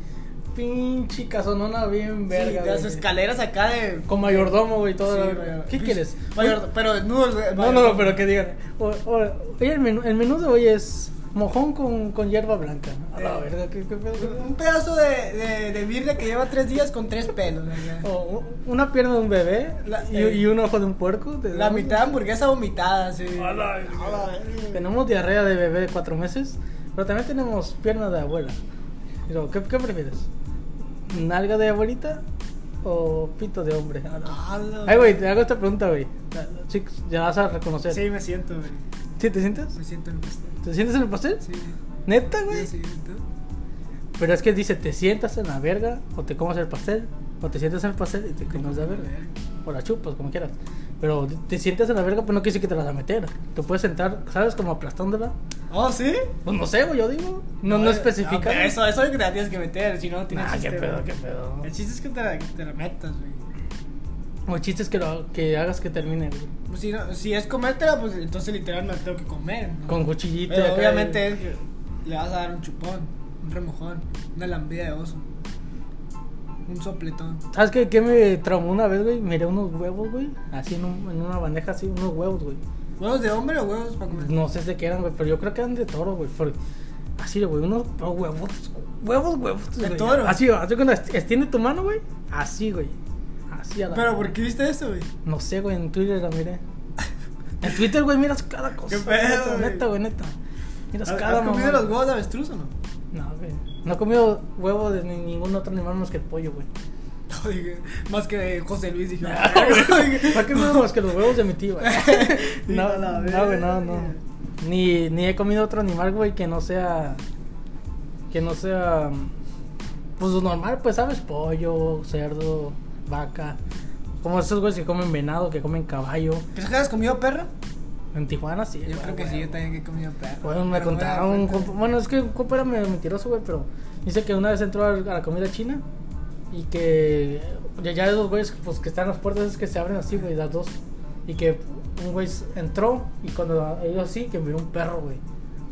Speaker 2: Pinche casonona bien
Speaker 1: Sí,
Speaker 2: verga,
Speaker 1: de las
Speaker 2: güey.
Speaker 1: escaleras acá de.
Speaker 2: Con mayordomo, güey, todo.
Speaker 1: Sí,
Speaker 2: la-
Speaker 1: güey.
Speaker 2: ¿Qué
Speaker 1: Pinche-
Speaker 2: quieres?
Speaker 1: Mayordomo, pero desnudos, güey.
Speaker 2: No, no, no, pero que digan. o- o- Oye, el menú, el menú de hoy es mojón con, con hierba blanca. A la
Speaker 1: Eh.
Speaker 2: verga, ¿qué, qué pedo?
Speaker 1: Un pedazo de, de, de birria que lleva tres días con tres pelos, güey. ya.
Speaker 2: O u- una pierna de un bebé
Speaker 1: La-
Speaker 2: y,
Speaker 1: eh.
Speaker 2: y un ojo de un puerco. te
Speaker 1: La
Speaker 2: damos-
Speaker 1: mitad de hamburguesa vomitada, sí.
Speaker 2: A la-
Speaker 1: verga.
Speaker 2: Tenemos diarrea de bebé de cuatro meses, pero también tenemos pierna de abuela. Pero, ¿qué, qué prefieres? ¿Nalga de abuelita o pito de hombre? A la-
Speaker 1: A la-
Speaker 2: Ay, güey, te hago esta pregunta, güey. La- la- Sí, ya vas a reconocer.
Speaker 1: Sí,
Speaker 2: Sí.
Speaker 1: me siento, güey.
Speaker 2: te sientes?
Speaker 1: Me siento en pastel.
Speaker 2: ¿Te sientes en el pastel?
Speaker 1: Sí.
Speaker 2: ¿Neta,
Speaker 1: Yo
Speaker 2: güey?
Speaker 1: sí, ¿tú?
Speaker 2: Pero es que dice, te sientas en la verga o te comes el pastel, o te sientas en el pastel y te comes la verga. O la chupas, como quieras. Pero te sientas en la verga, pero no quiere decir que te la vas a meter. Te puedes sentar, ¿sabes? Como aplastándola.
Speaker 1: ¿Oh, sí?
Speaker 2: Pues no sé, güey, yo digo. No, no,
Speaker 1: Oye,
Speaker 2: especifica.
Speaker 1: pero Eso, eso es lo que te la tienes que meter, si no, tienes
Speaker 2: Nah, qué pedo, qué pedo.
Speaker 1: El chiste es que te la, que te la metas, güey.
Speaker 2: O chistes que, lo- que hagas que termine, güey.
Speaker 1: Pues si, no- si es comértela, pues entonces literal me la tengo que comer. ¿no?
Speaker 2: Con cuchillito.
Speaker 1: Pero
Speaker 2: acá,
Speaker 1: obviamente
Speaker 2: güey.
Speaker 1: es que le vas a dar un chupón, un remojón, una lambida de oso, un sopletón.
Speaker 2: ¿Sabes qué, qué me traumó una vez, güey? Miré unos huevos, güey. Así en, un- en una bandeja, así, unos huevos, güey.
Speaker 1: ¿Huevos de hombre o huevos para comer?
Speaker 2: No sé de qué eran, güey, pero yo creo que eran de toro, güey. porque- Así, güey, unos pero huevos, huevos, huevos.
Speaker 1: ¿De
Speaker 2: güey.
Speaker 1: toro?
Speaker 2: Así, güey, así cuando est- extiende tu mano, güey. Así, güey. Así a la.
Speaker 1: ¿Pero por qué viste eso, güey?
Speaker 2: No sé, güey, en Twitter la miré. En Twitter, güey, miras cada cosa.
Speaker 1: ¿Qué pedo,
Speaker 2: neta,
Speaker 1: güey?
Speaker 2: Neta, güey, neta. Miras
Speaker 1: ¿Has,
Speaker 2: cada
Speaker 1: has comido
Speaker 2: mamá.
Speaker 1: los huevos de avestruz o no?
Speaker 2: No, güey. No he comido huevo de ni- ningún otro animal más que el pollo, güey.
Speaker 1: No, dije, más que de José Luis, dije.
Speaker 2: ¿Para qué me más que los huevos de mi tío, güey?
Speaker 1: Digo,
Speaker 2: No,
Speaker 1: a la
Speaker 2: no, güey, no,
Speaker 1: verga.
Speaker 2: no. Ni, ni he comido otro animal, güey, que no sea. Que no sea. Pues lo normal, pues, ¿sabes? Pollo, cerdo, vaca. Como esos güeyes que comen venado, que comen caballo.
Speaker 1: ¿Crees que has comido perro?
Speaker 2: En Tijuana sí.
Speaker 1: Yo
Speaker 2: güey,
Speaker 1: creo que sí,
Speaker 2: güey.
Speaker 1: yo también he comido perro.
Speaker 2: Bueno, me
Speaker 1: Pero no me
Speaker 2: contaron,
Speaker 1: he
Speaker 2: un
Speaker 1: dado
Speaker 2: compa-
Speaker 1: cuenta.
Speaker 2: bueno, es que un compa era medio mentiroso, güey, pero dice que una vez entró al- a la comida china y que ya, ya esos güeyes pues, que están en las puertas es que se abren así, güey, las dos. Y que un güey s- entró y cuando ellos así, que miró un perro, güey.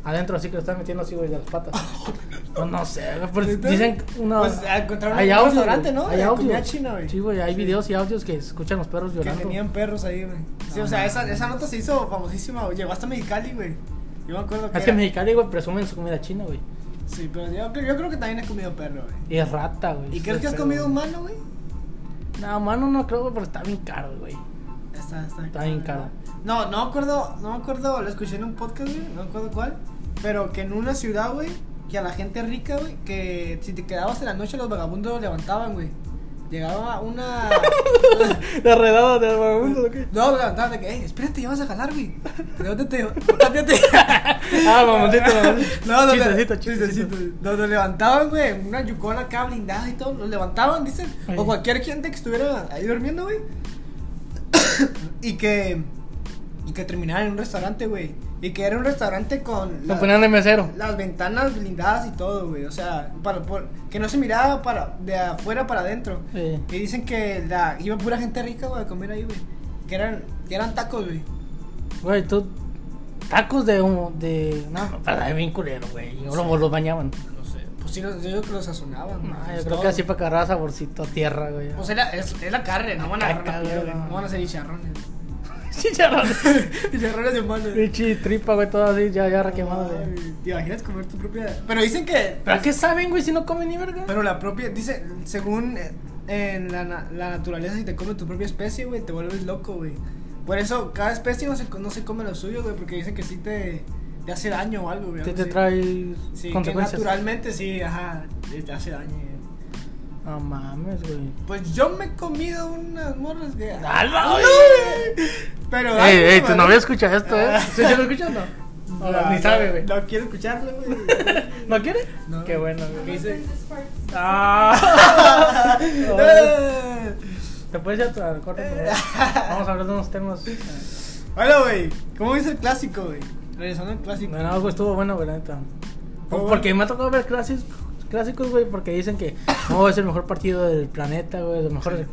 Speaker 2: Adentro así que lo están metiendo así, güey, de las patas. No, no sé, güey, pero
Speaker 1: Entonces,
Speaker 2: dicen que una...
Speaker 1: pues, encontraron
Speaker 2: hay
Speaker 1: un
Speaker 2: audios,
Speaker 1: restaurante,
Speaker 2: güey,
Speaker 1: ¿no?
Speaker 2: Hay
Speaker 1: De
Speaker 2: audios.
Speaker 1: comida china, güey.
Speaker 2: Sí, güey, hay
Speaker 1: Sí.
Speaker 2: videos y audios que escuchan los perros
Speaker 1: Que
Speaker 2: llorando.
Speaker 1: tenían perros ahí, güey. Sí, o sea, esa, esa nota se hizo famosísima, güey. Llegó hasta Mexicali, güey. Yo me acuerdo que.
Speaker 2: Es que en
Speaker 1: era-
Speaker 2: Mexicali, güey, presumen su comida china, güey.
Speaker 1: Sí, pero yo, creo- yo creo que también he comido perro, güey.
Speaker 2: Y es rata, güey.
Speaker 1: ¿Y
Speaker 2: es
Speaker 1: crees que has
Speaker 2: perro,
Speaker 1: comido
Speaker 2: güey.
Speaker 1: humano, güey?
Speaker 2: No, mano, no creo, güey, pero está bien caro, güey.
Speaker 1: Está, está,
Speaker 2: Está bien caro.
Speaker 1: No, no me acuerdo, no me acuerdo, lo escuché en un podcast, güey, no me acuerdo cuál, pero que en una ciudad, güey, que a la gente rica, güey, que si te quedabas en la noche los vagabundos los levantaban, güey. Llegaba una...
Speaker 2: La redada de vagabundo, ¿o qué?
Speaker 1: no, levantaban de que, hey, espérate, ya vas a jalar, güey. Levántate, cámbiate.
Speaker 2: Ah, mamoncito, mamoncito.
Speaker 1: No, no,
Speaker 2: chistecito,
Speaker 1: no,
Speaker 2: chistecito.
Speaker 1: Nos lo levantaban, güey, en una yucona acá blindada y todo. Lo levantaban, dicen.
Speaker 2: Ay.
Speaker 1: O cualquier gente que estuviera ahí durmiendo, güey. y que. Y que terminaran en un restaurante, güey. Y que era un restaurante con.
Speaker 2: Lo
Speaker 1: la-
Speaker 2: ponían de mesero.
Speaker 1: las ventanas blindadas y todo, güey. O sea, para, por- que no se miraba para, de afuera para adentro.
Speaker 2: Sí.
Speaker 1: Y dicen que la, iba pura gente rica, güey, a comer ahí, güey. Que eran, que eran tacos, güey.
Speaker 2: Güey, tú. Tacos de humo, de. No, para bien culero, güey. Y luego los bañaban.
Speaker 1: No sé. Pues sí, los- yo creo que los sazonaban.
Speaker 2: No,
Speaker 1: güey,
Speaker 2: Ah, yo
Speaker 1: pues
Speaker 2: creo que
Speaker 1: todo.
Speaker 2: así para agarrar saborcito a tierra, güey.
Speaker 1: Pues es la, es, es la carne, no van a
Speaker 2: Caca,
Speaker 1: agarrar la piel,
Speaker 2: güey,
Speaker 1: güey,
Speaker 2: no.
Speaker 1: no van a hacer chicharrones.
Speaker 2: Chicharrones.
Speaker 1: Chicharrones de humano.
Speaker 2: Pinche tripa, güey, toda así, ya, ya requemada,
Speaker 1: Ay,
Speaker 2: güey.
Speaker 1: ¿Te imaginas comer tu propia? Pero dicen que.
Speaker 2: ¿Pero a qué saben, güey, si no comen ni verga?
Speaker 1: Pero la propia. Dice, según eh, en la, na- la naturaleza, si te comes tu propia especie, güey, te vuelves loco, güey. Por eso, cada especie no se, co- no se come lo suyo, güey, porque dicen que sí te, te hace daño o algo, güey.
Speaker 2: Te,
Speaker 1: algo
Speaker 2: te
Speaker 1: así.
Speaker 2: trae
Speaker 1: Sí, que
Speaker 2: consecuencias.
Speaker 1: naturalmente sí, ajá, te hace daño. güey.
Speaker 2: No mames, güey.
Speaker 1: Pues yo me he comido unas morras que.
Speaker 2: ¡Alba, güey!
Speaker 1: Pero.
Speaker 2: Ey,
Speaker 1: ay,
Speaker 2: ey, tu
Speaker 1: madre.
Speaker 2: novia escucha esto, ¿eh?
Speaker 1: Ah.
Speaker 2: ¿Sí, ¿Sí lo escucha o no? Ah, O
Speaker 1: No,
Speaker 2: ni
Speaker 1: no,
Speaker 2: sabe, güey.
Speaker 1: No quiero escucharlo, güey.
Speaker 2: ¿No quiere?
Speaker 1: No.
Speaker 2: Qué bueno, güey.
Speaker 1: ¿Qué dice?
Speaker 2: Ah.
Speaker 1: Eh.
Speaker 2: ¿Te puedes ir a tu al corte, por favor? Vamos a hablar de unos temas. eh,
Speaker 1: Hola, güey. ¿Cómo dice el clásico, güey? Regresando al clásico.
Speaker 2: Bueno, algo estuvo bueno, güey, la neta.
Speaker 1: Estuvo
Speaker 2: Porque me ha tocado ver clásicos, clásicos, güey, porque dicen que no es el mejor partido del planeta, güey, los mejores.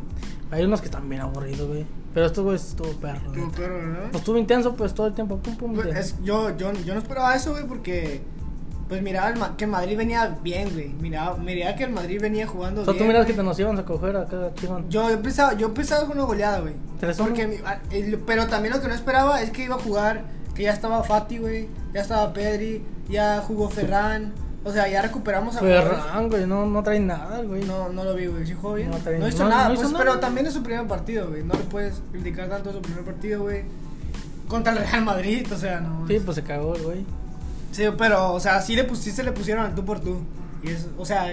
Speaker 2: Hay unos que están bien aburridos, güey. Pero esto, güey, estuvo perro. güey.
Speaker 1: Estuvo perro, ¿no?
Speaker 2: Pues estuvo intenso, pues todo el tiempo. Pum, pum,
Speaker 1: Pues,
Speaker 2: de-
Speaker 1: es- yo, yo, yo no esperaba eso, güey, porque. Pues miraba el Ma- que Madrid venía bien, güey. Miraba, miraba que el Madrid venía jugando
Speaker 2: O sea, tú
Speaker 1: bien.
Speaker 2: miras que
Speaker 1: güey.
Speaker 2: te nos iban a coger acá, chingón.
Speaker 1: Yo empezaba, yo empezaba con una goleada, güey.
Speaker 2: ¿Tres uno?
Speaker 1: Porque mi- ah, el- pero también lo que no esperaba es que iba a jugar, que ya estaba Fati, güey, ya estaba Pedri, ya jugó Ferran, o sea, ya recuperamos a jugadores.
Speaker 2: Ferran, güey, no, no trae nada, güey.
Speaker 1: No, no lo vi, güey. Sí jugó bien.
Speaker 2: No,
Speaker 1: No,
Speaker 2: está bien.
Speaker 1: hizo
Speaker 2: No,
Speaker 1: nada,
Speaker 2: no hizo
Speaker 1: pues,
Speaker 2: nada,
Speaker 1: pero
Speaker 2: güey.
Speaker 1: también es su primer partido, güey. No le puedes criticar tanto su primer partido, güey. Contra el Real Madrid, o sea, no.
Speaker 2: Sí, pues se cagó el güey.
Speaker 1: Sí, pero, o sea, sí le pusiste, le pusieron al tú por tú. Y es, o sea,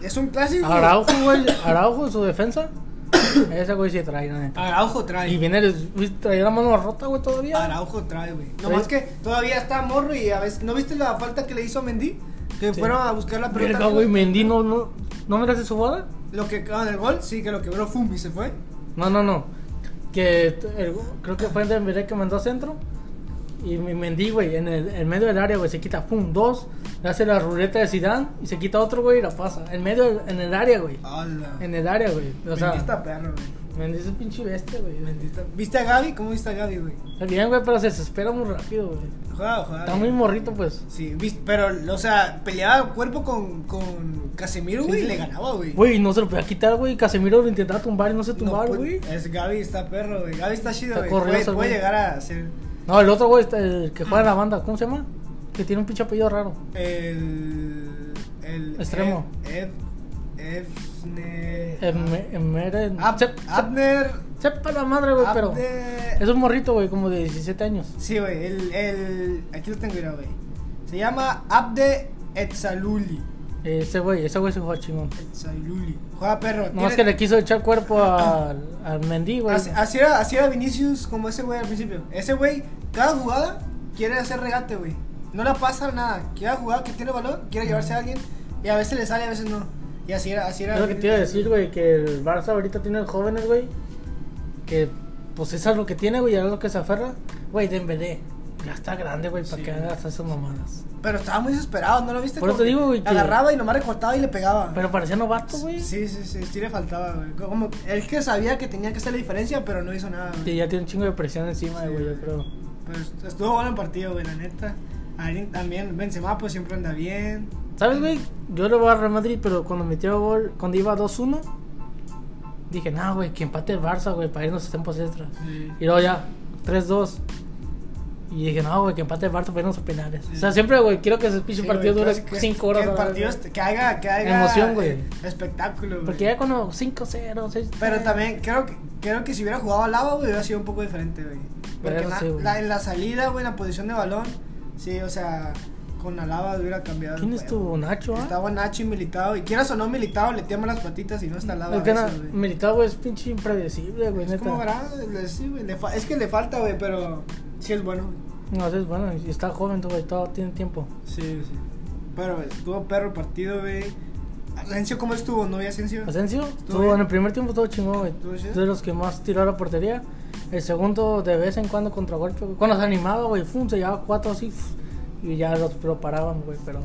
Speaker 1: es un clásico.
Speaker 2: Araujo, güey, Araujo, su defensa. Ese güey sí trae, la neta.
Speaker 1: Araujo trae.
Speaker 2: Y viene, el- güey, traía la mano rota, güey, todavía.
Speaker 1: Araujo trae, güey. No
Speaker 2: Sí.
Speaker 1: más que todavía está morro y a veces. ¿No viste la falta que le hizo a Mendy? Que
Speaker 2: Sí.
Speaker 1: fueron a buscar la pelota.
Speaker 2: Verga, güey, Mendy, ¿no, no, ¿no miraste su boda?
Speaker 1: Lo que acaban el gol, sí, que lo quebró Fumbi se fue.
Speaker 2: No, no, no. Que t- el- creo que fue Dembélé que mandó a centro. Y me- Mendy, güey, en el en medio del área, güey, se quita, pum, dos. Le hace la ruleta de Zidane y se quita otro, güey, y la pasa. En medio, del- en el área, güey.
Speaker 1: ¡Hala!
Speaker 2: En el área, güey. O sea,
Speaker 1: Mendy está perro, güey.
Speaker 2: Mendy es un pinche bestia, güey.
Speaker 1: Mendy está- ¿Viste a Gaby? ¿Cómo viste a Gaby, güey?
Speaker 2: Está bien, güey, pero se desespera muy rápido, güey.
Speaker 1: Jugaba, jugaba.
Speaker 2: Está muy
Speaker 1: bien.
Speaker 2: morrito, pues.
Speaker 1: Sí, vis- pero, o sea, peleaba cuerpo con, con Casemiro,
Speaker 2: Sí,
Speaker 1: güey,
Speaker 2: sí.
Speaker 1: y le ganaba, güey.
Speaker 2: Güey, no se lo podía quitar, güey. Casemiro lo intentaba tumbar y no se
Speaker 1: No,
Speaker 2: tumbaba,
Speaker 1: pues,
Speaker 2: güey.
Speaker 1: es Gaby está perro, güey. Gaby está chido,
Speaker 2: Está
Speaker 1: güey.
Speaker 2: corrioso,
Speaker 1: Puede, puede
Speaker 2: güey.
Speaker 1: llegar a ser
Speaker 2: No, el otro, güey, este, el que juega en la banda, ¿cómo se llama? Que tiene un pinche apellido raro.
Speaker 1: el. el
Speaker 2: Extremo.
Speaker 1: Ef- Ef- Efne-
Speaker 2: Em- Emeren-
Speaker 1: Ab-
Speaker 2: Sep- Sep-
Speaker 1: Abner.
Speaker 2: Sepa la madre,
Speaker 1: ah,
Speaker 2: güey, pero.
Speaker 1: Abner-
Speaker 2: Es un morrito, güey, como de 17 años.
Speaker 1: Sí, güey. El, el. Aquí lo tengo, mira, güey. Se llama Abde Etzaluli.
Speaker 2: Ese güey, ese güey se juega chingón.
Speaker 1: Etzaluli. Juega perro.
Speaker 2: No
Speaker 1: tiene- Ah,
Speaker 2: es que le quiso echar cuerpo al, al Mendy, güey.
Speaker 1: Así, así era, así era Vinicius como ese güey al principio. Ese güey, cada jugada quiere hacer regate, güey. No la pasa nada. Cada jugada que tiene valor quiere llevarse a alguien. Y a veces le sale, a veces no. Y así era. Así era
Speaker 2: Es lo que te iba a decir, güey, que el Barça ahorita tiene jóvenes, güey, que pues eso es lo que tiene, güey, y ahora es lo que se aferra. Güey, Dembélé, ya está grande, güey, para
Speaker 1: Sí.
Speaker 2: que hagas esas mamadas.
Speaker 1: Pero estaba muy desesperado, ¿no lo viste?
Speaker 2: Por eso
Speaker 1: Como
Speaker 2: te digo,
Speaker 1: que
Speaker 2: güey, que-
Speaker 1: Agarraba y nomás recortaba y le pegaba.
Speaker 2: Pero parecía novato, güey.
Speaker 1: Sí, sí, sí, sí le faltaba, güey. Como, él que sabía que tenía que hacer la diferencia, pero no hizo nada,
Speaker 2: Que
Speaker 1: güey.
Speaker 2: ya tiene un chingo de presión encima,
Speaker 1: Sí,
Speaker 2: güey, yo
Speaker 1: güey.
Speaker 2: creo.
Speaker 1: Pues, estuvo bueno el partido, güey, la neta. Alguien también, Benzema, pues siempre anda bien.
Speaker 2: ¿Sabes, güey? Yo le voy a Real Madrid, pero cuando metió gol, cuando iba 2-1, dije, nah, güey, que empate el Barça, güey, para irnos a tiempos extras. Y luego ya, 3-2. Y dije, no, güey, que empate el Barça, para irnos a penales. O sea, siempre, güey, quiero que ese pinche
Speaker 1: Sí,
Speaker 2: partido
Speaker 1: güey,
Speaker 2: dure
Speaker 1: que- que-
Speaker 2: 5 horas.
Speaker 1: Que, el
Speaker 2: la
Speaker 1: partido
Speaker 2: verdad.
Speaker 1: est- que haga, que haga
Speaker 2: Emoción, güey.
Speaker 1: eh, Espectáculo, güey.
Speaker 2: Porque ya cuando 5-0, 6
Speaker 1: Pero también creo que, creo que si hubiera jugado al lado, güey, hubiera sido un poco diferente, güey. Porque
Speaker 2: Pero
Speaker 1: na-
Speaker 2: sí, güey.
Speaker 1: la- en la salida, güey, en la posición de balón, sí, o sea, con Alaba hubiera cambiado. el
Speaker 2: ¿Quién es
Speaker 1: juego.
Speaker 2: tu Nacho, ah?
Speaker 1: Estaba Nacho y Militado, y quieras o no Militado, le tiemblan las patitas y no está Alaba.
Speaker 2: Es que
Speaker 1: a
Speaker 2: na-
Speaker 1: veces, güey.
Speaker 2: Militao, güey, es pinche impredecible, güey,
Speaker 1: es
Speaker 2: neta.
Speaker 1: como grande, le- sí, güey, le fa- es que le falta, güey, pero sí es bueno. güey.
Speaker 2: No, es bueno, y está joven, güey, todo tiene tiempo.
Speaker 1: Sí, sí. Pero estuvo perro el partido, güey. Asensio, ¿cómo estuvo? ¿No vi Asensio?
Speaker 2: Asensio,
Speaker 1: bien.
Speaker 2: estuvo en el primer tiempo todo chingón, güey.
Speaker 1: ¿Estuvo chido?
Speaker 2: De los que más tiró a la portería. El segundo, de vez en cuando, contragolpe. güey. Cuando se animaba, güey, fum, se llevaba cuatro así. fuf, y ya los lo paraban, güey, pero.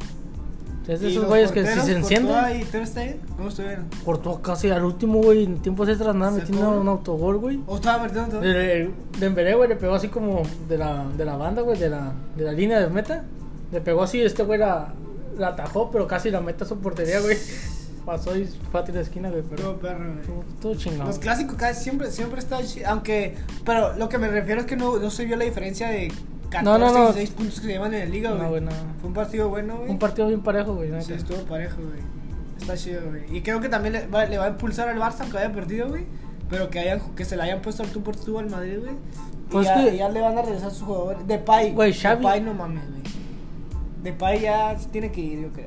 Speaker 2: Es de
Speaker 1: ¿Y
Speaker 2: esos
Speaker 1: los
Speaker 2: güeyes que si
Speaker 1: porteros,
Speaker 2: se
Speaker 1: Courtois
Speaker 2: encienden.
Speaker 1: y Ter Stegen? ¿Cómo estuvieron?
Speaker 2: Cortó casi al último, güey, en tiempos extras, nada,
Speaker 1: ¿Sacó
Speaker 2: metiendo
Speaker 1: uno?
Speaker 2: un autogol, güey.
Speaker 1: ¿O estaba perdiendo todo?
Speaker 2: El- el Dembélé, güey, le pegó así como de la, de la banda, güey, de la, de la línea de meta. Le pegó así, este güey la, la atajó, pero casi la meta a su portería, güey. pasó y fue a tiro de esquina, güey, pero
Speaker 1: Todo perro, güey.
Speaker 2: estuvo- estuvo chingón.
Speaker 1: Los clásicos casi siempre, siempre está chi- aunque, pero lo que me refiero es que no, no se vio la diferencia de 14
Speaker 2: No, no, no.
Speaker 1: 16 puntos que se llevan en la liga, güey.
Speaker 2: No, güey, no.
Speaker 1: Fue un partido bueno, güey.
Speaker 2: Un partido bien parejo, güey, neta.
Speaker 1: Sí, estuvo parejo, güey. Está chido, güey. Y creo que también le va, le va a impulsar al Barça, aunque haya perdido, güey. Pero que, hayan, que se le hayan puesto al tú por tú al Madrid, güey. y
Speaker 2: Pues
Speaker 1: ya,
Speaker 2: que-
Speaker 1: ya le van a regresar sus jugadores. Depay.
Speaker 2: Güey, Xavi-
Speaker 1: Depay no mames, güey. Depay ya se tiene que ir, yo creo.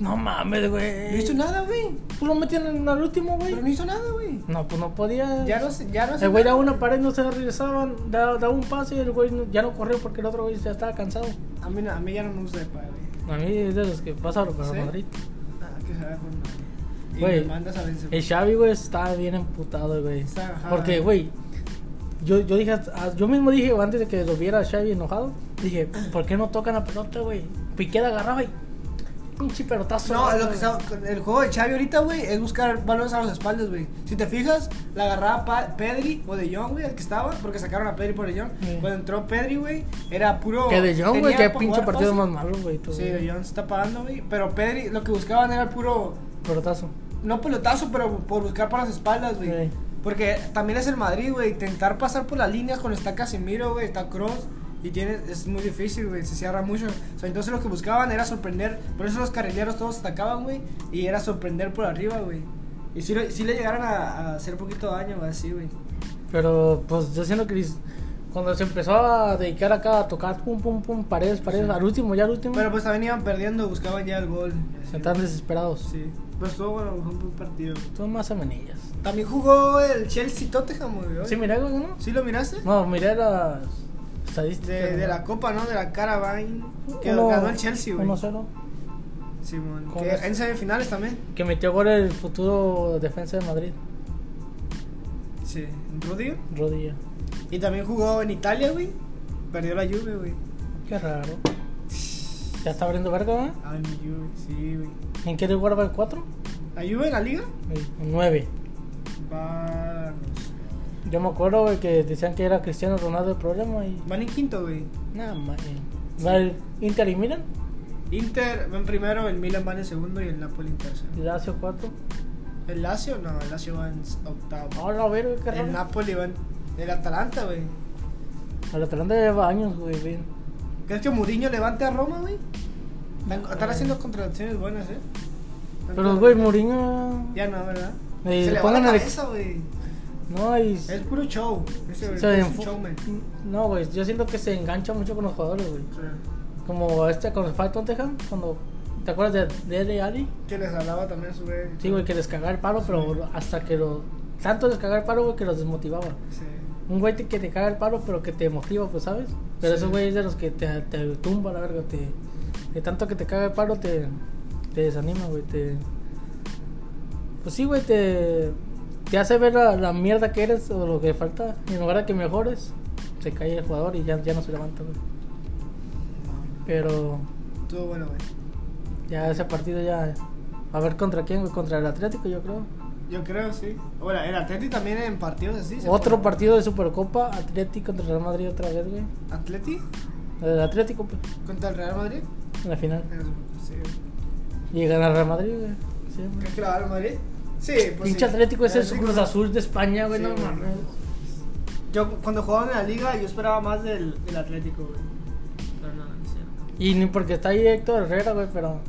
Speaker 2: No mames, güey.
Speaker 1: No hizo nada, güey.
Speaker 2: Pues lo metieron al último, güey.
Speaker 1: Pero no hizo nada, güey.
Speaker 2: No, pues no podía.
Speaker 1: Ya no se... Ya no se-
Speaker 2: El güey daba una pared, no se regresaban, daba, daba un pase y el güey no- ya no corrió porque el otro güey ya estaba cansado.
Speaker 1: A mí, no- a mí ya no me gusta Depay, güey.
Speaker 2: A mí es de los que pasaron para
Speaker 1: ¿Sí?
Speaker 2: Madrid.
Speaker 1: Ah, que se haga con Madrid. Y
Speaker 2: Güey,
Speaker 1: me mandas a veces.
Speaker 2: El Xavi, güey, estaba bien emputado, güey.
Speaker 1: Está- eh. ajá.
Speaker 2: Porque, güey, yo, yo dije, hasta- yo mismo dije antes de que lo viera a Xavi enojado, dije, ¿por qué no tocan la pelota, güey? Piqué la agarraba y pinche pelotazo.
Speaker 1: No,
Speaker 2: güey.
Speaker 1: lo que está, el juego de Xavi ahorita, güey, es buscar balones a las espaldas, güey. Si te fijas, la agarraba Pa- Pedri o De Jong, güey, el que estaba, porque sacaron a Pedri por De Jong.
Speaker 2: Sí.
Speaker 1: Cuando entró Pedri, güey, era puro...
Speaker 2: Que de Jong, güey,
Speaker 1: tenía
Speaker 2: qué
Speaker 1: pa'
Speaker 2: pinche
Speaker 1: jugar
Speaker 2: partido
Speaker 1: fácil.
Speaker 2: más malo, güey. tú,
Speaker 1: Sí,
Speaker 2: güey.
Speaker 1: De Jong se está pagando, güey. Pero Pedri, lo que buscaban era puro...
Speaker 2: Pelotazo.
Speaker 1: No pelotazo, pero por buscar para las espaldas, güey.
Speaker 2: Sí.
Speaker 1: Porque también es el Madrid, güey. Intentar pasar por las líneas cuando está Casemiro, güey, está Cross. Y tiene, es muy difícil, güey. Se cierra mucho. O sea, entonces lo que buscaban era sorprender. Por eso los carrileros todos atacaban, güey. Y era sorprender por arriba, güey. Y sí, le- sí le llegaron a, a hacer poquito daño, güey, así, güey.
Speaker 2: Pero pues yo siento que dis- cuando se empezó a dedicar acá a tocar pum pum pum paredes, paredes, al último, ya al último,
Speaker 1: Pero pues también iban perdiendo, buscaban ya el gol. y así,
Speaker 2: se están desesperados.
Speaker 1: güey. Sí. Pues estuvo bueno, fue un buen partido. güey.
Speaker 2: Son más amenillas.
Speaker 1: También jugó el Chelsea Tottenham, güey. hoy.
Speaker 2: ¿Sí miré algo, no?
Speaker 1: ¿Sí lo miraste?
Speaker 2: No, miré las estadísticas.
Speaker 1: De, de la copa, ¿no? De la Caravine. Que
Speaker 2: Uno-
Speaker 1: ganó el Chelsea, güey.
Speaker 2: 1-0.
Speaker 1: Simón.
Speaker 2: ¿Cómo
Speaker 1: Que
Speaker 2: es?
Speaker 1: en semifinales también.
Speaker 2: Que metió gol el futuro defensa de Madrid,
Speaker 1: Sí. Rudiger.
Speaker 2: Rodilla.
Speaker 1: Y también jugó en Italia, güey. Perdió la Juve, güey.
Speaker 2: Qué raro. Ya está abriendo verga, ¿eh?
Speaker 1: Ah, mi Juve, sí, güey.
Speaker 2: ¿En qué lugar va el 4?
Speaker 1: ¿La Juve en la liga?
Speaker 2: El 9.
Speaker 1: Va. no sé.
Speaker 2: Yo me acuerdo güey, que decían que era Cristiano Ronaldo el problema y.
Speaker 1: Van en quinto, güey.
Speaker 2: Nada más. eh. ¿Va el Inter y Milan?
Speaker 1: Inter va en primero, el Milan va en segundo y el Napoli en tercero.
Speaker 2: Y Lazio 4.
Speaker 1: ¿El Lazio? No, el Lazio va en octavo.
Speaker 2: Ahora, a ver, güey, Ah, qué
Speaker 1: el
Speaker 2: raro.
Speaker 1: Napoli va en. El Atalanta, güey.
Speaker 2: Al Atalanta lleva años, güey, bien.
Speaker 1: ¿Crees que Mourinho levante a Roma, güey? Están, están haciendo contrataciones buenas, eh. Están
Speaker 2: Ah. Pero,
Speaker 1: con-
Speaker 2: güey, Mourinho.
Speaker 1: Ya no, ¿verdad?
Speaker 2: Eh,
Speaker 1: se le va la
Speaker 2: pongan el-
Speaker 1: cabeza, güey.
Speaker 2: No, y.
Speaker 1: Es puro show. Ese, güey,
Speaker 2: se
Speaker 1: es un
Speaker 2: enfo-
Speaker 1: showman.
Speaker 2: No, güey, yo siento que se engancha mucho con los jugadores, güey. Como este con el Falton Tottenham, cuando. ¿Te acuerdas de Dele Ali?
Speaker 1: Que les hablaba también a su vez.
Speaker 2: Sí, güey, que les cagaba el paro, pero hasta que lo. Tanto les cagaba el paro, güey, que los desmotivaba.
Speaker 1: Sí.
Speaker 2: Un güey te- que te caga el paro, pero que te motiva, pues, ¿sabes? Pero
Speaker 1: Sí.
Speaker 2: ese güey es de los que te, te tumba, la verga. Te, de tanto que te caga el paro, te, te desanima, güey. Te, pues sí, güey, te, te hace ver la, la mierda que eres o lo que falta. Y en lugar de que mejores, se cae el jugador y ya, ya no se levanta, güey. Pero
Speaker 1: Estuvo bueno, güey.
Speaker 2: ya ese partido ya... A ver contra quién, güey. Contra el Atlético, yo creo.
Speaker 1: Yo creo, sí. Ahora, el Atleti también en partidos así. se
Speaker 2: Otro
Speaker 1: pone-
Speaker 2: partido de Supercopa, Atlético contra Real Madrid otra vez, güey.
Speaker 1: ¿Atleti?
Speaker 2: El Atlético, pues,
Speaker 1: ¿Contra el Real Madrid?
Speaker 2: en la final.
Speaker 1: Sí.
Speaker 2: Y ganar Real Madrid, güey. Siempre.
Speaker 1: ¿Crees que la va al Madrid? Pues Sí, pues.
Speaker 2: Pinche
Speaker 1: sí.
Speaker 2: Atlético es el
Speaker 1: Atlético-
Speaker 2: Cruz Azul de España, Ah, güey.
Speaker 1: Sí,
Speaker 2: no
Speaker 1: güey.
Speaker 2: mames.
Speaker 1: Yo cuando jugaba en la liga, yo esperaba más del, del Atlético, güey. Pero no, no es cierto.
Speaker 2: Y ni porque está ahí Héctor Herrera, güey, pero.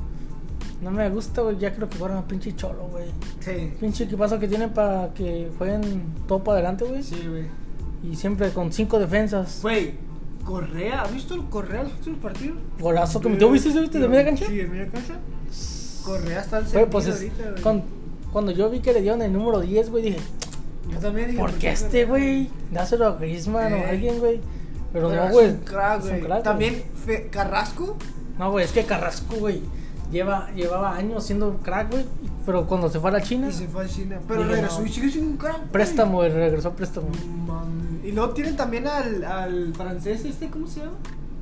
Speaker 2: No me gusta, güey. Ya creo que fueron a pinche cholo, güey.
Speaker 1: Sí.
Speaker 2: Pinche equipazo que tienen para que jueguen todo para adelante, güey.
Speaker 1: Sí, güey.
Speaker 2: Y siempre con cinco defensas.
Speaker 1: Güey, Correa, ¿has visto el Correa en los últimos partidos?
Speaker 2: Golazo que metió, ¿viste? ¿Viste? ¿De media cancha?
Speaker 1: Sí, de media cancha. Correa está al
Speaker 2: Güey,
Speaker 1: centro
Speaker 2: pues es-
Speaker 1: ahorita, güey.
Speaker 2: con- cuando yo vi que le dieron el número 10, güey, dije,
Speaker 1: Yo también dije,
Speaker 2: ¿por qué a este, güey? Dáselo a Griezmann
Speaker 1: Eh.
Speaker 2: o a alguien, güey. Pero,
Speaker 1: Pero
Speaker 2: no, güey.
Speaker 1: Es un crack,
Speaker 2: es un
Speaker 1: güey.
Speaker 2: crack, güey.
Speaker 1: También Fe- Carrasco.
Speaker 2: No, güey, es que Carrasco, güey, lleva, llevaba años siendo crack, güey, pero cuando se fue a la China,
Speaker 1: Y se fue a China. Pero
Speaker 2: Dije,
Speaker 1: regresó
Speaker 2: no.
Speaker 1: y sigue siendo un crack. güey.
Speaker 2: préstamo, güey, regresó a préstamo.
Speaker 1: No mames. Y luego tienen también al, al francés este, ¿cómo se llama?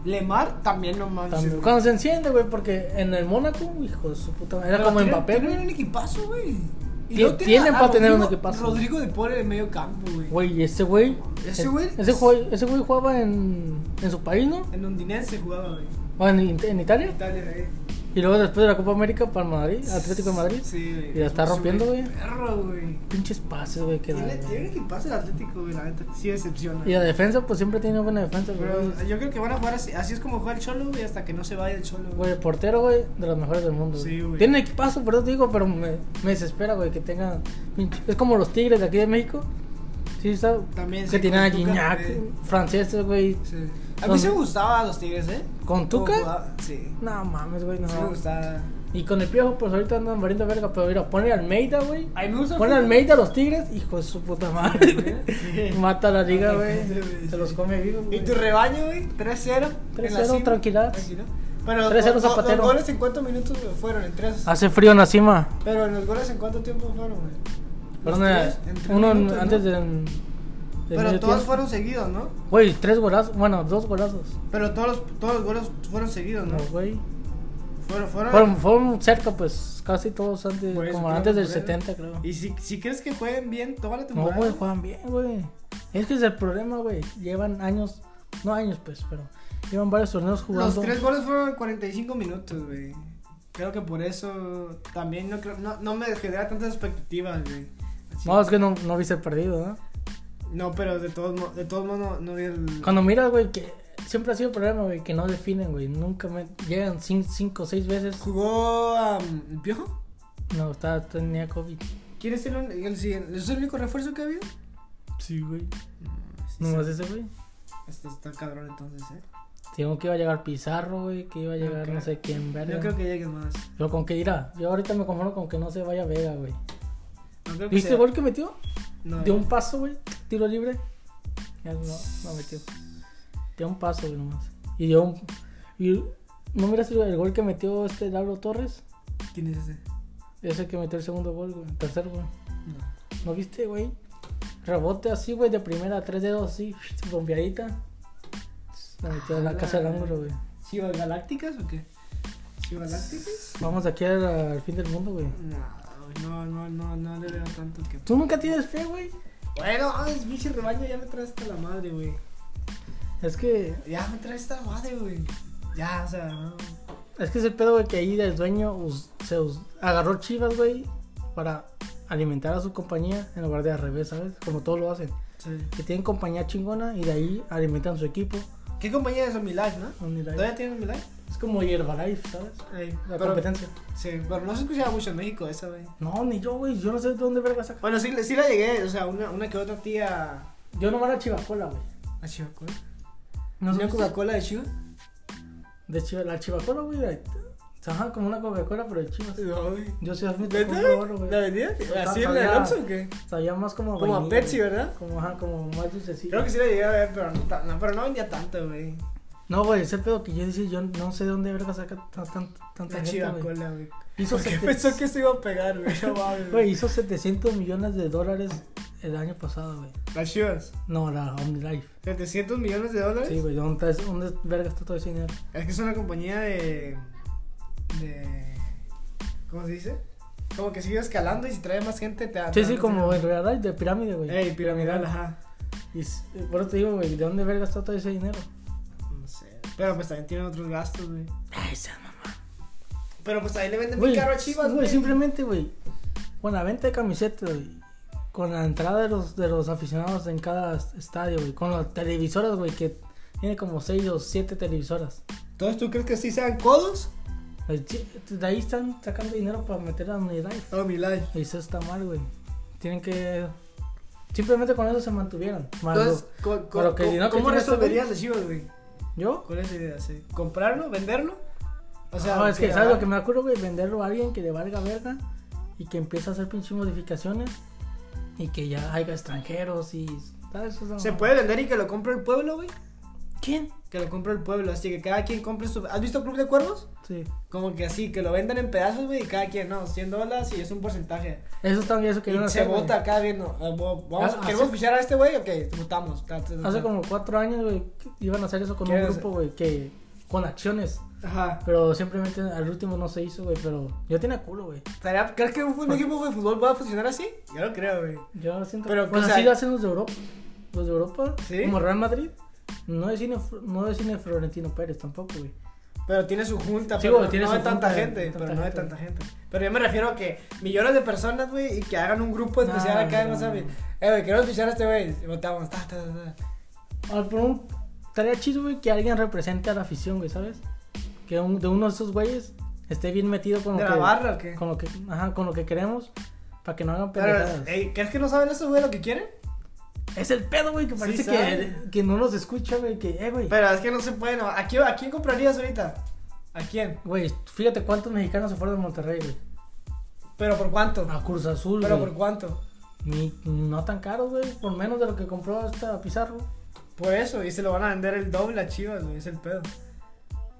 Speaker 1: Lemar, también no mames.
Speaker 2: También. Cuando se enciende, güey, porque en el Mónaco, hijo de su puta madre, era
Speaker 1: Pero
Speaker 2: como
Speaker 1: tienen-
Speaker 2: Mbappé,
Speaker 1: Tienen
Speaker 2: güey.
Speaker 1: un equipazo, güey. Y
Speaker 2: Tien-
Speaker 1: luego tienen
Speaker 2: tienen
Speaker 1: a- a
Speaker 2: pa' tener un
Speaker 1: Rodrigo-
Speaker 2: equipazo.
Speaker 1: Rodrigo de Paul en el medio campo, güey.
Speaker 2: Güey, y ese güey.
Speaker 1: Ese
Speaker 2: eh,
Speaker 1: güey-
Speaker 2: Ese güey, ese güey jugaba en, en su país, ¿no?
Speaker 1: En Londinense jugaba, güey.
Speaker 2: O en, It- en Italia.
Speaker 1: Italia, eh.
Speaker 2: Y luego después de la Copa América para el Madrid, Atlético de Madrid.
Speaker 1: Sí, güey.
Speaker 2: Y la está
Speaker 1: Es un
Speaker 2: rompiendo, güey.
Speaker 1: Perro, güey.
Speaker 2: Pinches pases, güey, que da,
Speaker 1: Tiene,
Speaker 2: güey.
Speaker 1: tiene que pasar el Atlético, güey, la neta. Sí, decepciona.
Speaker 2: Y la defensa, pues siempre tiene buena defensa, güey.
Speaker 1: Pero yo creo que van a jugar así. Así es como juega el Cholo, güey, hasta que no se vaya el Cholo, güey.
Speaker 2: Güey, el portero, güey, de los mejores del mundo.
Speaker 1: Sí, güey.
Speaker 2: Tiene equipazo, por eso te digo, pero me, me desespera, güey, que tenga. pinche- Es como los Tigres de aquí de México. Sí, ¿sabes?
Speaker 1: También
Speaker 2: que
Speaker 1: sí,
Speaker 2: tienen
Speaker 1: con
Speaker 2: a
Speaker 1: Tuca,
Speaker 2: Guiñac,
Speaker 1: eh.
Speaker 2: franceses, güey.
Speaker 1: Sí. A mí
Speaker 2: Son-
Speaker 1: se me gustaba los Tigres, ¿eh?
Speaker 2: ¿Con
Speaker 1: Como
Speaker 2: Tuca?
Speaker 1: jugaba- Sí.
Speaker 2: No mames, güey, no.
Speaker 1: Sí me gustaba.
Speaker 2: y con el piojo, pues ahorita andan valiendo verga, pero mira, pone a Almeida, güey.
Speaker 1: A mí me gusta.
Speaker 2: Pone a
Speaker 1: el
Speaker 2: Almeida a los Tigres, hijo de su puta madre. güey. Mata a la liga,
Speaker 1: Sí,
Speaker 2: güey.
Speaker 1: sí,
Speaker 2: Se los
Speaker 1: sí.
Speaker 2: come vivos,
Speaker 1: ¿Y
Speaker 2: güey.
Speaker 1: tu rebaño, güey? 3-0. en la
Speaker 2: 3-0,
Speaker 1: cima.
Speaker 2: tranquilaz.
Speaker 1: Tranquilo. Bueno,
Speaker 2: 3-0
Speaker 1: los, los-
Speaker 2: Zapatero. Ah.
Speaker 1: los goles en cuántos minutos güey, fueron? En 3.
Speaker 2: Hace frío en la cima.
Speaker 1: Pero en los goles en cuánto tiempo fueron, güey?
Speaker 2: Fueron
Speaker 1: Los
Speaker 2: eh,
Speaker 1: tres, en tres
Speaker 2: uno en-
Speaker 1: minutos, ¿no?
Speaker 2: antes del. del
Speaker 1: Pero
Speaker 2: medio
Speaker 1: todos
Speaker 2: tiempo.
Speaker 1: fueron seguidos, ¿no?
Speaker 2: Güey, tres golazos. Bueno, dos golazos.
Speaker 1: Pero todos los, todos los goles fueron seguidos, ¿no?
Speaker 2: No, güey.
Speaker 1: Fueron, fueron.
Speaker 2: Fueron, fueron cerca, pues casi todos antes,
Speaker 1: Por eso
Speaker 2: como
Speaker 1: creo
Speaker 2: antes
Speaker 1: que
Speaker 2: del
Speaker 1: por eso.
Speaker 2: 70, creo.
Speaker 1: ¿Y si, si crees que jueguen bien toda la
Speaker 2: No,
Speaker 1: temporada?
Speaker 2: güey, juegan bien, güey. Es que es el problema, güey. Llevan años, no años, pues, pero llevan varios torneos
Speaker 1: Los
Speaker 2: jugando.
Speaker 1: tres goles fueron en 45 minutos, güey. Creo que por eso también no, creo, no, no me genera tantas expectativas, güey. Así-
Speaker 2: No, es que no, no viste el perdido, ¿no?
Speaker 1: No, pero de todos modos, de todos modos no, no vi el...
Speaker 2: Cuando miras, güey, que siempre ha sido el problema, güey, que no definen, güey. Nunca me... llegan cin- cinco o seis veces.
Speaker 1: ¿Jugó am, el Piojo?
Speaker 2: No, estaba, tenía COVID.
Speaker 1: ¿Quién es el, un- el siguiente? ¿Es el único refuerzo que ha habido?
Speaker 2: Sí, güey.
Speaker 1: Sí,
Speaker 2: No
Speaker 1: sí.
Speaker 2: más ese, güey.
Speaker 1: Este está cabrón entonces, ¿eh?
Speaker 2: Digo que iba a llegar Pizarro, güey, que iba a llegar
Speaker 1: creo.
Speaker 2: no sé quién, verga.
Speaker 1: Yo creo que llegue más.
Speaker 2: Pero con qué irá. Yo ahorita me conformo con que no se vaya Vega, güey.
Speaker 1: No creo que
Speaker 2: ¿Viste
Speaker 1: sea- Ah.
Speaker 2: el gol que metió?
Speaker 1: No,
Speaker 2: De un paso, güey. Tiro libre. Ya no, no metió. De un paso, güey, nomás. Y dio un. Y, ¿No miras el, el gol que metió este Lauro Torres?
Speaker 1: ¿Quién es ese?
Speaker 2: Ese que metió el segundo gol, güey. Tercer gol.
Speaker 1: No.
Speaker 2: ¿No viste, güey? Rebote así, güey, de primera, tres dedos así, bombeadita. La metió en la
Speaker 1: Ala.
Speaker 2: casa del ángulo, güey.
Speaker 1: ¿Chivas Galácticas o qué? ¿Chivas Galácticas?
Speaker 2: Vamos aquí al, al fin del mundo, güey.
Speaker 1: No, no, no, no, no le veo tanto que...
Speaker 2: Tú nunca tienes fe, güey.
Speaker 1: Bueno, ay, pinche rebaño, ya me traes hasta la madre, güey.
Speaker 2: Es que
Speaker 1: Ya me traes hasta la madre, güey. Ya, o sea, no.
Speaker 2: Es que ese pedo, güey, que ahí el dueño us- se us- agarró chivas, güey, para alimentar a su compañía en lugar de al revés, ¿sabes? Como todos lo hacen.
Speaker 1: Sí.
Speaker 2: Que tienen compañía chingona y de ahí alimentan su equipo.
Speaker 1: ¿Qué compañía es Omilife, no? ¿Todavía tiene Omilife?
Speaker 2: Es como Herbalife, ¿sabes? La
Speaker 1: pero,
Speaker 2: competencia.
Speaker 1: sí, pero no se escuchaba mucho en México esa, güey.
Speaker 2: No, ni yo, güey. Yo no sé de dónde verga saca.
Speaker 1: Bueno, sí, sí la llegué, o sea, una, una que otra tía
Speaker 2: Yo no a Chivacola, güey.
Speaker 1: a Chivacola.
Speaker 2: No
Speaker 1: ¿Una
Speaker 2: sé.
Speaker 1: Coca-Cola de Chivas?
Speaker 2: De Chiva, la Chivacola, güey. la- Ajá, como una Coca-Cola, pero de chivas.
Speaker 1: No, güey.
Speaker 2: Yo soy mi
Speaker 1: ¿Neta?
Speaker 2: oro,
Speaker 1: ¿La
Speaker 2: güey.
Speaker 1: vendía?
Speaker 2: Está-
Speaker 1: ¿Así en el
Speaker 2: sabía-
Speaker 1: Alonso o qué?
Speaker 2: Sabía más como.
Speaker 1: Como a
Speaker 2: vainilla,
Speaker 1: Pepsi,
Speaker 2: güey.
Speaker 1: ¿verdad?
Speaker 2: Como, ajá, como más dulcecito.
Speaker 1: Creo que sí la llegué a ver, pero no, ta- no, pero no vendía tanto, güey.
Speaker 2: No, güey, ese pedo que yo decía, yo no sé de dónde verga saca tan- tan- tanta
Speaker 1: La
Speaker 2: gente, güey.
Speaker 1: Chivacola, güey.
Speaker 2: Hizo,
Speaker 1: ¿Por qué
Speaker 2: sete-
Speaker 1: pensó que se iba a pegar, güey? No mames,
Speaker 2: güey,
Speaker 1: güey.
Speaker 2: hizo 700 millones de dólares el año pasado, güey.
Speaker 1: Las Chivas.
Speaker 2: No, la OmniLife.
Speaker 1: 700 millones de dólares.
Speaker 2: Sí, güey, ¿dónde, está- ¿dónde verga está todo ese dinero?
Speaker 1: Es que es una compañía de. de. ¿Cómo se dice? Como que sigue escalando y si trae más gente te
Speaker 2: Sí, sí, como en realidad de pirámide, güey.
Speaker 1: Ey, piramidal, ajá.
Speaker 2: Y s- por eso te digo, güey, ¿de dónde verga está todo ese dinero?
Speaker 1: No sé. Pero pues también tienen otros gastos, güey.
Speaker 2: Ay, esa mamá.
Speaker 1: Pero pues ahí le venden muy
Speaker 2: Güey,
Speaker 1: caro a Chivas,
Speaker 2: güey,
Speaker 1: güey.
Speaker 2: simplemente, güey, con la venta de camisetas, güey, con la entrada de los, de los aficionados en cada estadio, güey, con las televisoras, güey, que tiene como 6 o 7 televisoras.
Speaker 1: Entonces, ¿tú crees que sí sean codos?
Speaker 2: Pues, sí, De ahí están sacando dinero para meter a OmniLife.
Speaker 1: Oh, mi life.
Speaker 2: Y eso está mal, güey. Tienen que. Simplemente con eso se mantuvieron. Más
Speaker 1: Entonces,
Speaker 2: lo-
Speaker 1: co- co-
Speaker 2: pero que
Speaker 1: co-
Speaker 2: el dinero que
Speaker 1: ¿cómo
Speaker 2: tiene este
Speaker 1: resolverías a Chivas, güey?
Speaker 2: ¿Yo?
Speaker 1: ¿Cuál es la idea? ¿Sí? ¿Comprarlo? ¿Venderlo? O
Speaker 2: no, es que, ¿sabes
Speaker 1: ajá.
Speaker 2: lo que me acuerdo, güey? Venderlo a alguien que le valga verga y que empiece a hacer pinche modificaciones y que ya haya extranjeros y. ¿Sabes? O sea,
Speaker 1: ¿Se puede vender y que lo compre el pueblo, güey?
Speaker 2: ¿Quién?
Speaker 1: Que lo compre el pueblo, así que cada quien compre su... ¿Has visto Club de Cuervos?
Speaker 2: Sí.
Speaker 1: Como que así, que lo venden en pedazos, güey, y cada quien, no, 100 dólares y es un porcentaje.
Speaker 2: Eso también, eso que
Speaker 1: y
Speaker 2: yo no
Speaker 1: se vota acá viendo, eh, bo- vamos,
Speaker 2: Ah,
Speaker 1: ¿queremos
Speaker 2: hace-
Speaker 1: fichar a este güey? Ok, votamos. ta, ta, ta,
Speaker 2: Hace
Speaker 1: ta.
Speaker 2: como cuatro años, güey, que iban a hacer eso con un
Speaker 1: ¿Quieres-
Speaker 2: grupo, güey, que. con acciones.
Speaker 1: Ajá.
Speaker 2: Pero simplemente al último no se hizo, güey, pero yo tenía culo, güey.
Speaker 1: ¿Estaría- ¿Crees que un, un equipo de fútbol va a funcionar así? Yo lo creo, güey.
Speaker 2: Yo lo siento.
Speaker 1: Pero, o
Speaker 2: Pero, pues
Speaker 1: sea-
Speaker 2: así lo hacen los de Europa. Los de Europa,
Speaker 1: ¿Sí?
Speaker 2: como Real Madrid, no es cine, no es cine Florentino Pérez tampoco, güey.
Speaker 1: Pero tiene su junta,
Speaker 2: Sí,
Speaker 1: pero
Speaker 2: güey, tiene
Speaker 1: no
Speaker 2: su
Speaker 1: hay tanta
Speaker 2: junta de-
Speaker 1: gente,
Speaker 2: tanta
Speaker 1: pero no hay
Speaker 2: gente.
Speaker 1: tanta gente. Pero yo me refiero a que millones de personas, güey, y que hagan un grupo
Speaker 2: No,
Speaker 1: especial acá, no
Speaker 2: Ah, no.
Speaker 1: sabes. Eh, güey, queremos fichar a este güey. Y votamos, ta, ta, ta, ta.
Speaker 2: Ah, pero un- estaría chido, güey, que alguien represente a la afición, güey, ¿sabes? Que un- de uno de esos güeyes esté bien metido con lo
Speaker 1: ¿De
Speaker 2: que.
Speaker 1: la barra o qué?
Speaker 2: Con lo que, ajá, con lo que queremos. Para que no hagan
Speaker 1: Pero,
Speaker 2: pendejadas.
Speaker 1: ey, ¿crees que no saben esos güey lo que quieren?
Speaker 2: es el pedo, güey, que parece que,
Speaker 1: saben.
Speaker 2: que no nos escucha, güey. Que, eh, güey.
Speaker 1: Pero es que no se pueden. ¿A quién, a quién comprarías ahorita? ¿A quién?
Speaker 2: Güey, fíjate cuántos mexicanos se fueron de Monterrey, güey.
Speaker 1: ¿Pero por cuánto?
Speaker 2: A Cruz Azul,
Speaker 1: ¿Pero
Speaker 2: güey.
Speaker 1: por cuánto?
Speaker 2: Ni- no tan caros, güey. Por menos de lo que compró esta Pizarro.
Speaker 1: Por eso, y se lo van a vender el doble a Chivas, güey, es el pedo.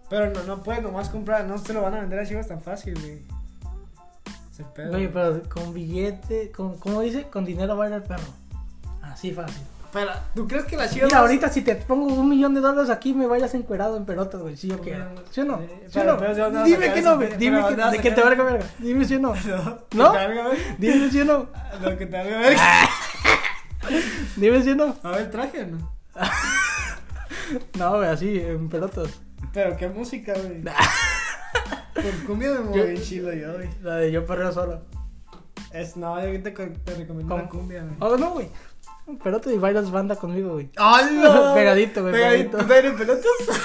Speaker 1: Pero no, no puedes nomás comprar, no se lo van a vender a Chivas tan fácil, güey. Es el pedo.
Speaker 2: Güey,
Speaker 1: güey.
Speaker 2: pero con billete. Con, ¿Cómo dice? Con dinero baila el perro. Así fácil.
Speaker 1: Pero, ¿tú crees que la Chivas...
Speaker 2: Mira, ahorita si te pongo un millón de dólares aquí, me bailas encuerado en pelotas, güey. Si yo
Speaker 1: Sí,
Speaker 2: quiero.
Speaker 1: güey.
Speaker 2: ¿Sí o no?
Speaker 1: Sí,
Speaker 2: ¿Sí o
Speaker 1: pero- pero ¿de dónde
Speaker 2: no?
Speaker 1: vas a
Speaker 2: Dime
Speaker 1: sacar
Speaker 2: que
Speaker 1: ese
Speaker 2: no, güey.
Speaker 1: dinero?
Speaker 2: Dime
Speaker 1: Pero
Speaker 2: que,
Speaker 1: ¿dónde vas
Speaker 2: de
Speaker 1: a
Speaker 2: que te
Speaker 1: sacar?
Speaker 2: valga verga. Dime si o no.
Speaker 1: ¿No?
Speaker 2: ¿No? Ah.
Speaker 1: Que te valga verga.
Speaker 2: Dime si o no.
Speaker 1: Lo que te valga verga.
Speaker 2: Dime si o no.
Speaker 1: A ver, traje, o ¿no?
Speaker 2: No, güey, así, en pelotas.
Speaker 1: Pero, ¿qué música, güey? Por cumbia me
Speaker 2: Ah. Yo-
Speaker 1: moví chilo yo, güey.
Speaker 2: La de yo perreo solo.
Speaker 1: Es, no, yo ahorita co- te recomiendo
Speaker 2: ¿Cómo?
Speaker 1: una cumbia, güey.
Speaker 2: Oh, no, güey. Pelota y bailas banda conmigo, güey.
Speaker 1: ¡Hala!
Speaker 2: Pegadito, güey,
Speaker 1: Pegadito. ¿Tú
Speaker 2: pegadito.
Speaker 1: también en pelotas?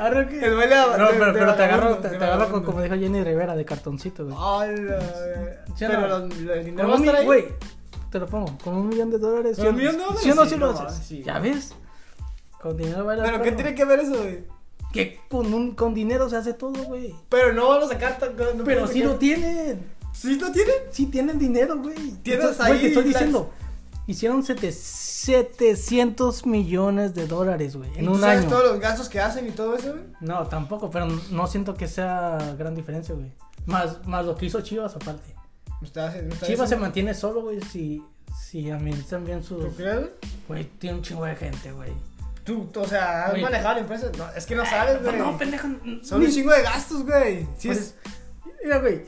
Speaker 2: Arre, ¿qué?
Speaker 1: El baile
Speaker 2: Ah, No,
Speaker 1: de-
Speaker 2: pero,
Speaker 1: de
Speaker 2: pero te agarro,
Speaker 1: vagabundo,
Speaker 2: te,
Speaker 1: de
Speaker 2: te agarro con-
Speaker 1: vagabundo.
Speaker 2: como dijo Jenny Rivera, de cartoncito, güey.
Speaker 1: ¡Hala! güey.
Speaker 2: ¿Sí o
Speaker 1: Pero
Speaker 2: no?
Speaker 1: los- lo- el dinero
Speaker 2: Con
Speaker 1: Ah, va a
Speaker 2: un
Speaker 1: estar
Speaker 2: mi-
Speaker 1: ahí.
Speaker 2: Güey, te lo pongo, con un millón de dólares.
Speaker 1: ¿Con
Speaker 2: ¿sí o
Speaker 1: un
Speaker 2: no?
Speaker 1: millón de dólares?
Speaker 2: ¿Sí o no,
Speaker 1: Sí,
Speaker 2: sí lo
Speaker 1: no,
Speaker 2: haces?
Speaker 1: sí.
Speaker 2: ¿Ya ves? Con dinero baila el
Speaker 1: Pero, ¿qué
Speaker 2: perro.
Speaker 1: tiene que ver eso, güey?
Speaker 2: Que con, un, con dinero se hace todo, güey.
Speaker 1: Pero no van a sacar tan... no
Speaker 2: Pero
Speaker 1: pueden
Speaker 2: sí
Speaker 1: sacar-
Speaker 2: lo tienen.
Speaker 1: ¿Sí lo tienen?
Speaker 2: Sí tienen dinero, güey.
Speaker 1: Tienes
Speaker 2: Entonces, güey,
Speaker 1: ahí
Speaker 2: te estoy
Speaker 1: las-
Speaker 2: diciendo. Hicieron sete- 700 millones de dólares, güey, en
Speaker 1: ¿Tú
Speaker 2: un
Speaker 1: sabes
Speaker 2: año.
Speaker 1: todos los gastos que hacen y todo eso, güey?
Speaker 2: No, tampoco, pero no siento que sea gran diferencia, güey. Más, más lo que hizo Chivas aparte.
Speaker 1: Me está haciendo- me está
Speaker 2: Chivas se
Speaker 1: diciendo-
Speaker 2: mantiene solo, güey, si, si administran bien sus...
Speaker 1: ¿Tú crees, güey?
Speaker 2: Güey, tiene un chingo de gente, güey.
Speaker 1: Tú, tú, o sea, has
Speaker 2: Güey. Eh,
Speaker 1: manejado la empresa. No, es que no sabes,
Speaker 2: No,
Speaker 1: güey.
Speaker 2: no, pendejo.
Speaker 1: Son
Speaker 2: ni-
Speaker 1: un chingo de gastos, güey. Sí,
Speaker 2: Por
Speaker 1: es...
Speaker 2: Mira, güey.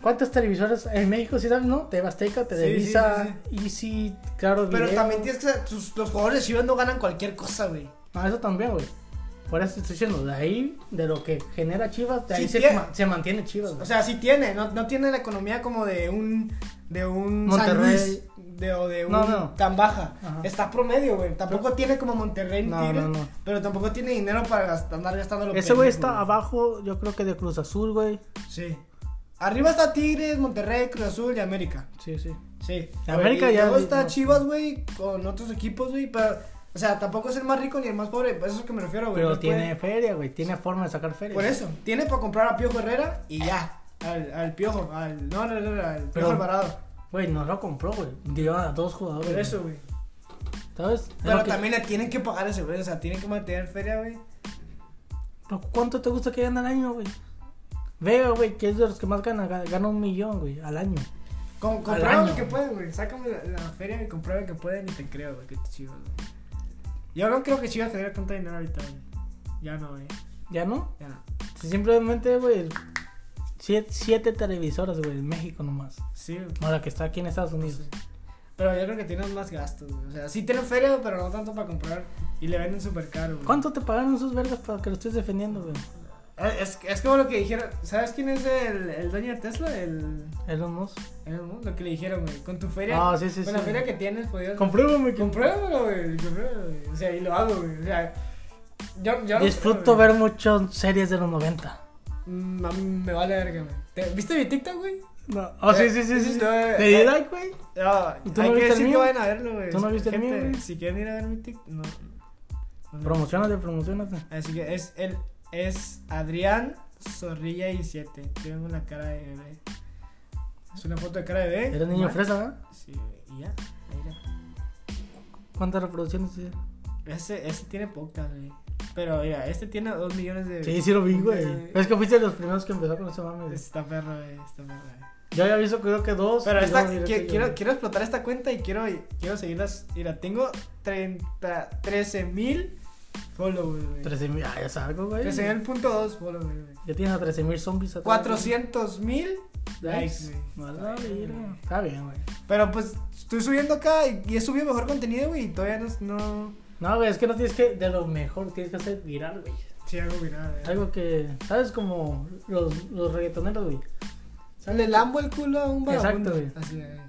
Speaker 2: ¿Cuántas televisoras en México, si sabes, no? Tebasteca, Televisa, Easy, claro,
Speaker 1: Pero
Speaker 2: Video.
Speaker 1: también tienes que saber, tus- los jugadores de Chivas no ganan cualquier cosa, güey.
Speaker 2: Ah, eso también, güey. Por eso te estoy diciendo, de ahí, de lo que genera Chivas, de ahí
Speaker 1: Sí,
Speaker 2: se,
Speaker 1: tiene-
Speaker 2: ma- se mantiene Chivas,
Speaker 1: O
Speaker 2: güey.
Speaker 1: sea, sí tiene, no, no tiene la economía como de un de un San
Speaker 2: Monterrey.
Speaker 1: Luis, de, o de un
Speaker 2: No, no.
Speaker 1: tan baja.
Speaker 2: Ajá.
Speaker 1: Está promedio, güey. Tampoco tiene como Monterrey ni
Speaker 2: No,
Speaker 1: Tigres,
Speaker 2: no, no.
Speaker 1: pero tampoco tiene dinero para gast- andar gastando lo
Speaker 2: Ese güey
Speaker 1: pendejo,
Speaker 2: está abajo, yo creo que de Cruz Azul, güey.
Speaker 1: Sí. Arriba está Tigres, Monterrey, Cruz Azul y América.
Speaker 2: Sí, sí.
Speaker 1: Sí.
Speaker 2: La América
Speaker 1: Y
Speaker 2: ya-
Speaker 1: Luego está
Speaker 2: no.
Speaker 1: Chivas, güey, con otros equipos, güey, pero. O sea, tampoco es el más rico ni el más pobre, pues, eso es a lo que me refiero, güey.
Speaker 2: Pero
Speaker 1: No puede-
Speaker 2: tiene feria, güey. Tiene forma de sacar feria.
Speaker 1: Por eso, tiene para comprar a Piojo Herrera y ya. Al, al Piojo, al. No, no, no, no, al Piojo
Speaker 2: Pero-
Speaker 1: Alvarado.
Speaker 2: Güey, no lo compró, güey. Dio a dos jugadores.
Speaker 1: Por
Speaker 2: güey.
Speaker 1: eso, güey.
Speaker 2: ¿Sabes? Es
Speaker 1: Pero
Speaker 2: lo que-
Speaker 1: también le tienen que pagar ese, güey. O sea, tienen que mantener feria, güey.
Speaker 2: ¿Pero ¿Cuánto te gusta que gana al año, güey? Vega, güey, que es de los que más gana. ga- Gana un millón, güey, al año.
Speaker 1: Com
Speaker 2: año,
Speaker 1: compraron lo que
Speaker 2: güey.
Speaker 1: pueden, güey. Sácame la, la feria y comprar lo que pueden y te creo, güey, que te chivas, güey. Yo no creo que Chivas tenga tanto dinero ahorita, güey. Ya no, güey.
Speaker 2: ¿Ya no?
Speaker 1: Ya no.
Speaker 2: Si Simplemente, güey, siete, siete televisoras, güey, en México nomás.
Speaker 1: Sí, güey.
Speaker 2: Más la que está aquí en Estados Unidos.
Speaker 1: Pero yo creo que tienen más gastos, güey. O sea, sí tienen feria, pero no tanto para comprar. Y le venden súper caro, güey.
Speaker 2: ¿Cuánto te pagaron esos vergas para que lo estés defendiendo, güey?
Speaker 1: Eh, Es, es como lo que dijeron. ¿Sabes quién es el, el dueño de Tesla? El.
Speaker 2: Elon Musk.
Speaker 1: el- Lo que le dijeron, güey. Con tu feria.
Speaker 2: Ah, sí, sí,
Speaker 1: con
Speaker 2: sí.
Speaker 1: la feria que tienes, podías.
Speaker 2: Compruébame que...
Speaker 1: Compruébalo, güey. Compruébalo, güey. O sea, y lo hago, güey. O sea, yo, yo no
Speaker 2: Disfruto
Speaker 1: creo, güey.
Speaker 2: ver muchas series de los 90.
Speaker 1: Mm, a mí me vale verga, güey. ¿Te- ¿Viste mi TikTok, güey?
Speaker 2: No. Oh, sí, sí, sí, sí.
Speaker 1: No, eh,
Speaker 2: ¿Te di
Speaker 1: eh.
Speaker 2: like, güey?
Speaker 1: Ah,
Speaker 2: ¿Y tú
Speaker 1: hay
Speaker 2: no
Speaker 1: que
Speaker 2: viste el
Speaker 1: decir que
Speaker 2: mío?
Speaker 1: vayan a verlo, güey.
Speaker 2: ¿Tú no viste el
Speaker 1: Gente,
Speaker 2: mío, güey?
Speaker 1: Si quieren ir a ver mi TikTok, no. no, no.
Speaker 2: Promocionate, promocionate.
Speaker 1: Así que es el es Adrián Zorrilla y 7. Tengo la cara de bebé. Es una foto de cara de bebé.
Speaker 2: Eres niño
Speaker 1: Mal.
Speaker 2: fresa, ¿verdad?
Speaker 1: Sí, güey, y ya. Ahí era.
Speaker 2: ¿Cuántas reproducciones tienes?
Speaker 1: Ese, ese tiene pocas, güey. Pero mira, este tiene 2 millones de.
Speaker 2: Sí, sí lo vi,
Speaker 1: de-
Speaker 2: güey. Es que fuiste de los primeros que empezó con ese mame, güey.
Speaker 1: Está perro, güey. Está perro, güey.
Speaker 2: Yo había visto creo que dos.
Speaker 1: Pero
Speaker 2: y
Speaker 1: esta,
Speaker 2: luego
Speaker 1: qui-
Speaker 2: directo yo,
Speaker 1: quiero,
Speaker 2: güey.
Speaker 1: quiero explotar esta cuenta y quiero, quiero seguirlas. Mira, tengo 30, 13 mil followers, güey.
Speaker 2: 13 mil, ah, ya salgo, güey.
Speaker 1: 13.2 followers, güey.
Speaker 2: Ya tienes a 13 mil zombies. atrás,
Speaker 1: 400 mil
Speaker 2: güey.
Speaker 1: likes,
Speaker 2: A
Speaker 1: güey.
Speaker 2: la verga. Está bien, güey.
Speaker 1: Pero pues estoy subiendo acá y, y he subido mejor contenido, güey. Y todavía no. no
Speaker 2: No, güey, es que no tienes que. De lo mejor tienes que hacer viral, güey.
Speaker 1: Sí, algo viral. eh.
Speaker 2: Algo que. ¿Sabes? Como los, los reggaetoneros, güey.
Speaker 1: Le lambo el culo a un vagabundo.
Speaker 2: Exacto, güey.
Speaker 1: Así, eh.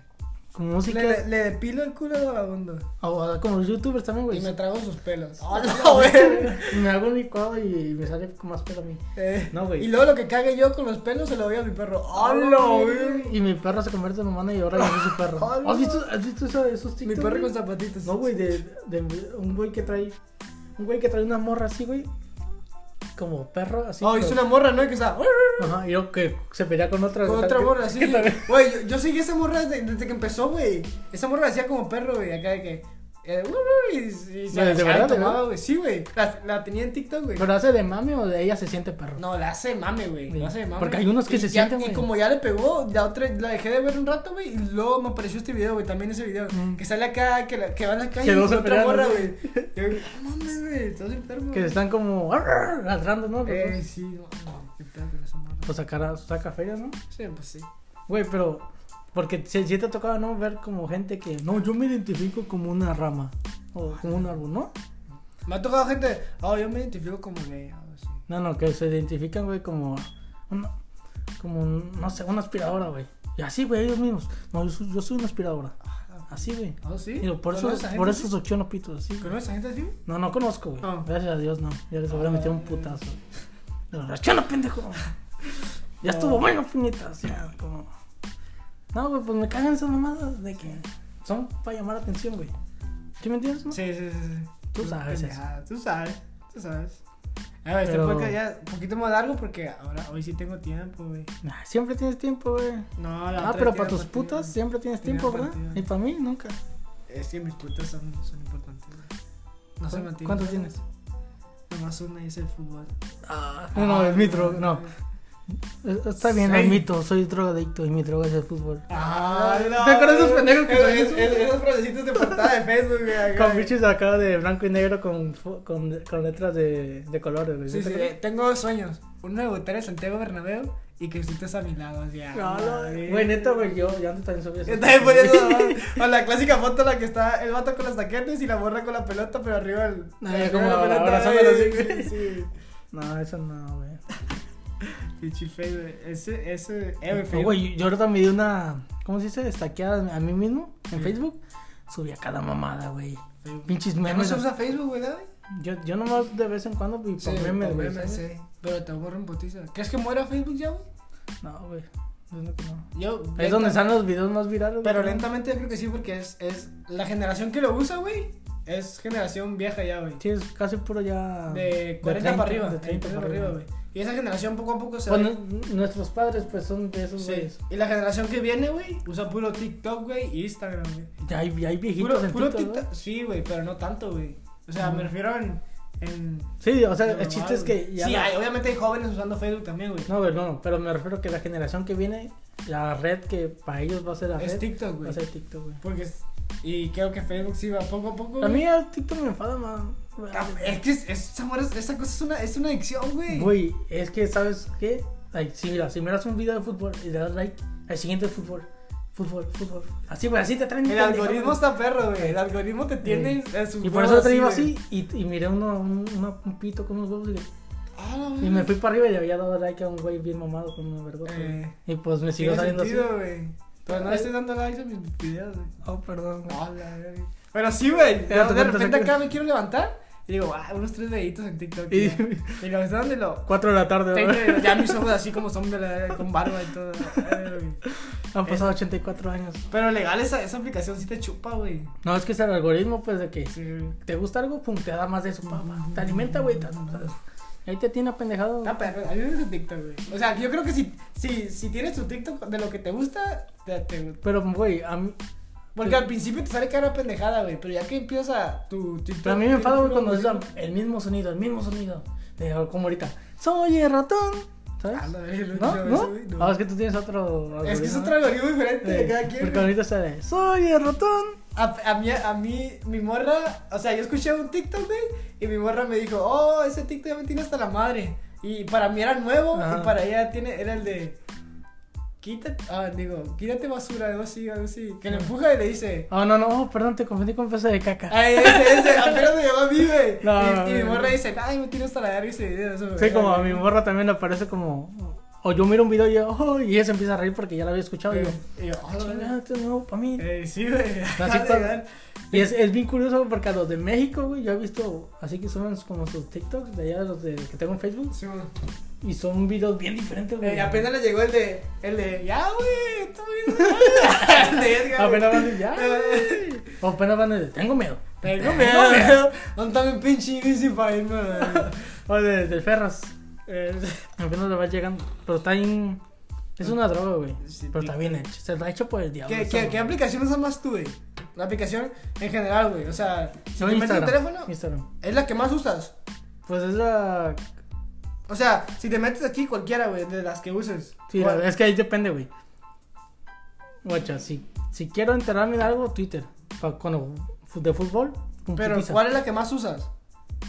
Speaker 2: Con música.
Speaker 1: le, le- le depilo el culo al vagabundo.
Speaker 2: O a- como los youtubers también, güey.
Speaker 1: Y me trago sus pelos.
Speaker 2: Me hago un licuado y me sale con más pelo a mí.
Speaker 1: Eh,
Speaker 2: No, güey.
Speaker 1: Y luego lo que cague yo con los pelos se lo doy a mi perro. ¡Hola, güey!
Speaker 2: Y mi perro se convierte en humano y ahora yo soy su perro.
Speaker 1: ¡Hala!
Speaker 2: ¿Has visto, has visto eso- esos
Speaker 1: Mi
Speaker 2: TikTok?
Speaker 1: perro
Speaker 2: güey?
Speaker 1: con zapatitos.
Speaker 2: No, güey, de, de un güey que trae. Un güey que trae una morra así, güey. Como perro, así.
Speaker 1: Oh,
Speaker 2: pero-
Speaker 1: es una morra, ¿no? Que está.
Speaker 2: Ajá, y yo que se pelea con otra.
Speaker 1: Con
Speaker 2: tal
Speaker 1: otra
Speaker 2: que-
Speaker 1: morra, sí.
Speaker 2: que también-
Speaker 1: Güey, yo, yo seguí esa morra desde, desde que empezó, güey. Esa morra hacía como perro, güey. Acá de que. eh, uh, uh, y, y se
Speaker 2: No, ¿de
Speaker 1: agachaba y
Speaker 2: verdad, de
Speaker 1: tomaba,
Speaker 2: verdad?
Speaker 1: güey. Sí, güey. La, la tenía en TikTok, güey.
Speaker 2: Pero hace de mami o de ella se siente perro.
Speaker 1: No, la hace de mame, güey.
Speaker 2: Sí.
Speaker 1: La hace de mame.
Speaker 2: Porque hay unos que
Speaker 1: Y
Speaker 2: se
Speaker 1: ya-
Speaker 2: sienten,
Speaker 1: Y
Speaker 2: güey.
Speaker 1: como ya le pegó, la otra la dejé de ver un rato, güey. Y luego me apareció este video, güey. También ese video.
Speaker 2: Mm.
Speaker 1: Que sale acá, que, la- que va a la calle
Speaker 2: Que
Speaker 1: y
Speaker 2: dos se
Speaker 1: otra
Speaker 2: pelean,
Speaker 1: morra,
Speaker 2: ¿no?
Speaker 1: güey. Yo, no mames, güey. Estás enfermo.
Speaker 2: Que
Speaker 1: güey".
Speaker 2: están como. "Arr", ladrando, ¿no? Los
Speaker 1: Eh,
Speaker 2: dos.
Speaker 1: sí, no, no, qué pedo con esa morra.
Speaker 2: Pues sacará, saca ferias, ¿no?
Speaker 1: Sí, pues sí.
Speaker 2: Güey, pero. Porque si, si te tocaba, ¿no? Ver como gente que. No, yo me identifico como una rama. O como un árbol, ¿no?
Speaker 1: Me ha tocado gente, oh, yo me identifico como gay, ah, algo así.
Speaker 2: No, no, que se identifican, güey, como. una- como, un- no sé, una aspiradora, güey. Y así, güey, ellos mismos. No, yo soy, yo soy una aspiradora. Así, güey.
Speaker 1: ¿Oh, sí?
Speaker 2: Y lo- por eso,
Speaker 1: ¿Conoces a
Speaker 2: por
Speaker 1: gente
Speaker 2: eso succiono pitos, así.
Speaker 1: así? ¿Conoces a gente así?
Speaker 2: No, no conozco, güey.
Speaker 1: Ah.
Speaker 2: Gracias a Dios, no. Ya les habría
Speaker 1: Ah.
Speaker 2: metido un putazo. Pero, ¡Rachano, pendejo! Ya estuvo bueno, puñetas. Ya, como. No, güey, pues me cagan esas mamadas de que son para llamar la atención, güey. ¿Sí me entiendes? no?
Speaker 1: Sí, sí, sí. sí.
Speaker 2: Tú sabes eso.
Speaker 1: Pendejada, Tú sabes, tú sabes. A ver,
Speaker 2: Pero-
Speaker 1: este podcast ya un poquito más largo porque ahora, hoy sí tengo tiempo, güey.
Speaker 2: Nah, siempre tienes tiempo, güey.
Speaker 1: No, la
Speaker 2: Ah,
Speaker 1: otra
Speaker 2: pero
Speaker 1: tía
Speaker 2: para tus
Speaker 1: partida.
Speaker 2: putas siempre tienes
Speaker 1: Tiene
Speaker 2: tiempo, ¿verdad?
Speaker 1: partida.
Speaker 2: Y para mí, nunca.
Speaker 1: Es que mis putas son, son importantes, güey. No se
Speaker 2: ¿Cuán-
Speaker 1: mantienen.
Speaker 2: ¿Cuántos tienes?
Speaker 1: Nomás una y es el fútbol.
Speaker 2: no, no, es mi droga,
Speaker 1: droga
Speaker 2: no. Eh, Está bien,
Speaker 1: Seis.
Speaker 2: admito, soy drogadicto y mi droga es el fútbol.
Speaker 1: Ah,
Speaker 2: ¿Te acuerdas de esos pendejos que traían
Speaker 1: esos? Esos frasecitos de portada de Facebook, güey. acá,
Speaker 2: Con
Speaker 1: güey.
Speaker 2: bichos acá de blanco y negro con, fo- con, con letras de, de colores, güey.
Speaker 1: Sí,
Speaker 2: ¿Te
Speaker 1: sí,
Speaker 2: acuerdas?
Speaker 1: eh, tengo dos sueños. Uno de votar en Santiago Bernabéu y que estés a mi lado, o sea.
Speaker 2: No, no,
Speaker 1: madre.
Speaker 2: güey, neta, güey, yo, yo antes también subía eso.
Speaker 1: Yo también ponía esa mamada. O la clásica foto en la que está el vato con las taquetes y la borra con la pelota, pero arriba el.
Speaker 2: No,
Speaker 1: arriba
Speaker 2: Ah, ya como
Speaker 1: la pelota,
Speaker 2: abrazándolo
Speaker 1: güey,
Speaker 2: así, güey.
Speaker 1: Sí, sí.
Speaker 2: No, eso no, güey.
Speaker 1: Pinche feo, güey. Ese, ese. Eh, güey,
Speaker 2: No,
Speaker 1: feo.
Speaker 2: Oh, Güey, yo ahorita me di una, ¿cómo se dice? Estaqueada a mí mismo en
Speaker 1: Sí.
Speaker 2: Facebook. Subía cada mamada, güey.
Speaker 1: Feo.
Speaker 2: Pinches
Speaker 1: Ya no
Speaker 2: memes.
Speaker 1: se usa Facebook, güey, ¿verdad?
Speaker 2: Yo, yo nomás de vez en cuando, güey, por memes, güey. ¿sabes?
Speaker 1: sí. Pero te borran potiza. ¿Crees que muera Facebook ya, güey?
Speaker 2: No, güey. yo no que no.
Speaker 1: Yo.
Speaker 2: Es
Speaker 1: lenta-
Speaker 2: donde están los videos más virales. güey.
Speaker 1: Pero lentamente yo creo que sí, porque es, es. La generación que lo usa, güey, es generación vieja ya, güey.
Speaker 2: Sí, es casi puro ya.
Speaker 1: De 40 para arriba.
Speaker 2: Ah, De 30 para arriba, güey.
Speaker 1: güey. Y esa generación poco a poco se va.
Speaker 2: Bueno, nuestros padres, pues son de esos
Speaker 1: Sí.
Speaker 2: güeyes.
Speaker 1: Y la generación que viene, güey, usa puro TikTok, güey, y Instagram, güey.
Speaker 2: Ya hay, ya hay viejitos
Speaker 1: Puro,
Speaker 2: en
Speaker 1: puro
Speaker 2: TikTok, ¿verdad?
Speaker 1: TikTok. Sí, güey, pero no tanto, güey. O sea, me refiero en. en
Speaker 2: Sí, o sea,
Speaker 1: normal,
Speaker 2: el chiste es que
Speaker 1: güey.
Speaker 2: ya.
Speaker 1: Sí,
Speaker 2: la-
Speaker 1: hay- obviamente hay jóvenes usando Facebook también, güey.
Speaker 2: No, güey, no, pero me refiero que la generación que viene, la red que para ellos va a ser la
Speaker 1: es
Speaker 2: red,
Speaker 1: TikTok,
Speaker 2: va
Speaker 1: güey.
Speaker 2: a ser TikTok, güey.
Speaker 1: Porque. es- y creo que Facebook sí va poco a poco.
Speaker 2: A
Speaker 1: güey.
Speaker 2: mí el TikTok me enfada más. güey.
Speaker 1: Es que es- es- esa, mora- esa cosa es una, es una adicción, güey.
Speaker 2: Güey, es que, ¿sabes qué? Ay, sí, mira, si miras un video de fútbol y le das like, el siguiente es fútbol. Fútbol, fútbol. Así, güey, así te traen.
Speaker 1: El
Speaker 2: pendejadas.
Speaker 1: algoritmo está perro, güey. El algoritmo te tiene
Speaker 2: Sí.
Speaker 1: a su
Speaker 2: Y por
Speaker 1: huevo
Speaker 2: eso te iba
Speaker 1: güey.
Speaker 2: así y, y miré uno, un, una- un pito con unos huevos y, le-
Speaker 1: Ah, la
Speaker 2: y
Speaker 1: verga.
Speaker 2: me fui para arriba y le había dado like a un güey bien mamado con una vergota. güey.
Speaker 1: Eh,
Speaker 2: Y pues me siguió
Speaker 1: tiene
Speaker 2: saliendo
Speaker 1: sentido,
Speaker 2: así. Eh.
Speaker 1: güey. Pero no le estoy dando likes a mis videos, güey.
Speaker 2: Oh, perdón. güey.
Speaker 1: Ah, la verga. Pero sí, güey.
Speaker 2: Era
Speaker 1: De
Speaker 2: tu
Speaker 1: repente
Speaker 2: cuenta
Speaker 1: acá me quiero levantar y digo, ah, unos tres deditos en TikTok.
Speaker 2: Y-
Speaker 1: Y, y lo están de lo.
Speaker 2: Cuatro de la tarde,
Speaker 1: Tengo
Speaker 2: güey.
Speaker 1: ya mis ojos así como son de la verga, con barba y todo. Ay, güey. Eh.
Speaker 2: Han pasado 84 años.
Speaker 1: Pero legal, esa, esa aplicación sí te chupa, güey.
Speaker 2: No, es que es el algoritmo, pues, de que
Speaker 1: Sí, güey.
Speaker 2: te gusta algo, pum, te da más de eso, papá. Te alimenta, güey. te- te- Ahí te tiene apendejado.
Speaker 1: Está perro, a mí me gusta TikTok, güey. O sea, yo creo que si, si, si tienes tu TikTok de lo que te gusta, te, te-
Speaker 2: Pero, güey, a mí,
Speaker 1: Porque
Speaker 2: Sí.
Speaker 1: al principio te sale cara pendejada, güey. Pero ya que empieza tu TikTok.
Speaker 2: pero a mí me
Speaker 1: tiene
Speaker 2: enfada, güey,
Speaker 1: puro
Speaker 2: cuando es la-
Speaker 1: algoritmo.
Speaker 2: el mismo sonido, el mismo sonido. De, como ahorita, soy el ratón. ¿Sabes?
Speaker 1: Ah, la verga,
Speaker 2: ¿No?
Speaker 1: yo eso,
Speaker 2: ¿No?
Speaker 1: güey, no.
Speaker 2: Ah, es que tú tienes otro.
Speaker 1: Es que es
Speaker 2: algoritmo,
Speaker 1: otro algoritmo diferente
Speaker 2: ¿no?
Speaker 1: de cada
Speaker 2: Sí,
Speaker 1: quien.
Speaker 2: Porque
Speaker 1: güey.
Speaker 2: ahorita está de, soy el ratón.
Speaker 1: A, a mí, a mí, mi morra, o sea, yo escuché un TikTok, güey, y mi morra me dijo, oh, ese TikTok ya me tiene hasta la madre. Y para mí era nuevo,
Speaker 2: Ajá.
Speaker 1: y para ella tiene, era el de, quítate, ah, digo, quítate basura, algo así, algo así. Que le empuja y le dice,
Speaker 2: Ah, no, no, oh, perdón, te confundí con peso de caca.
Speaker 1: ay, ese, ese, apenas me llegó a mí, güey.
Speaker 2: No, no,
Speaker 1: y, y mi
Speaker 2: no,
Speaker 1: morra
Speaker 2: no.
Speaker 1: dice, ay, me tiro hasta la verga ese video. eso,
Speaker 2: Sí,
Speaker 1: güey.
Speaker 2: como a mi morra también le parece como. O yo miro un video y yo, oh, y ella se empieza a reír porque ya la había escuchado. Y yo,
Speaker 1: Y yo, ah, la verga.
Speaker 2: chingada, esto es nuevo para mí.
Speaker 1: Eh, sí, güey.
Speaker 2: Así todo. Y es, es bien curioso porque a los de México, güey, yo he visto, así que suben como sus TikToks de allá, los de, que tengo en Facebook,
Speaker 1: Sí, güey.
Speaker 2: y son videos bien diferentes, güey.
Speaker 1: Eh, apenas le llegó el de, el de, ya, güey, estoy bien. El de Edgar, güey.
Speaker 2: Apenas van de, ya, güey. O apenas van de, tengo miedo.
Speaker 1: Tengo miedo, ¿Dónde está mi pinche Easy para irme? güey?
Speaker 2: O de, del Ferras. Apenas le va llegando. Pero está bien. Es una droga, güey.
Speaker 1: Sí,
Speaker 2: Pero
Speaker 1: sí.
Speaker 2: está bien hecho. Se la ha hecho por el diablo.
Speaker 1: ¿Qué,
Speaker 2: esa
Speaker 1: qué,
Speaker 2: madre.
Speaker 1: ¿Qué aplicación usas más tú, güey? La aplicación en general, güey. O sea, si
Speaker 2: Yo
Speaker 1: te metes el
Speaker 2: Instagram,
Speaker 1: teléfono,
Speaker 2: Instagram.
Speaker 1: es la que más usas.
Speaker 2: Pues es la.
Speaker 1: O sea, si te metes aquí cualquiera, güey, de las que uses.
Speaker 2: Sí, la-
Speaker 1: ¿Cuál?
Speaker 2: es que ahí depende, güey. Guacha, si, si quiero enterarme de algo, Twitter. Pa- cuando, fu- de fútbol, un
Speaker 1: Pero,
Speaker 2: putiza.
Speaker 1: ¿cuál es la que más usas?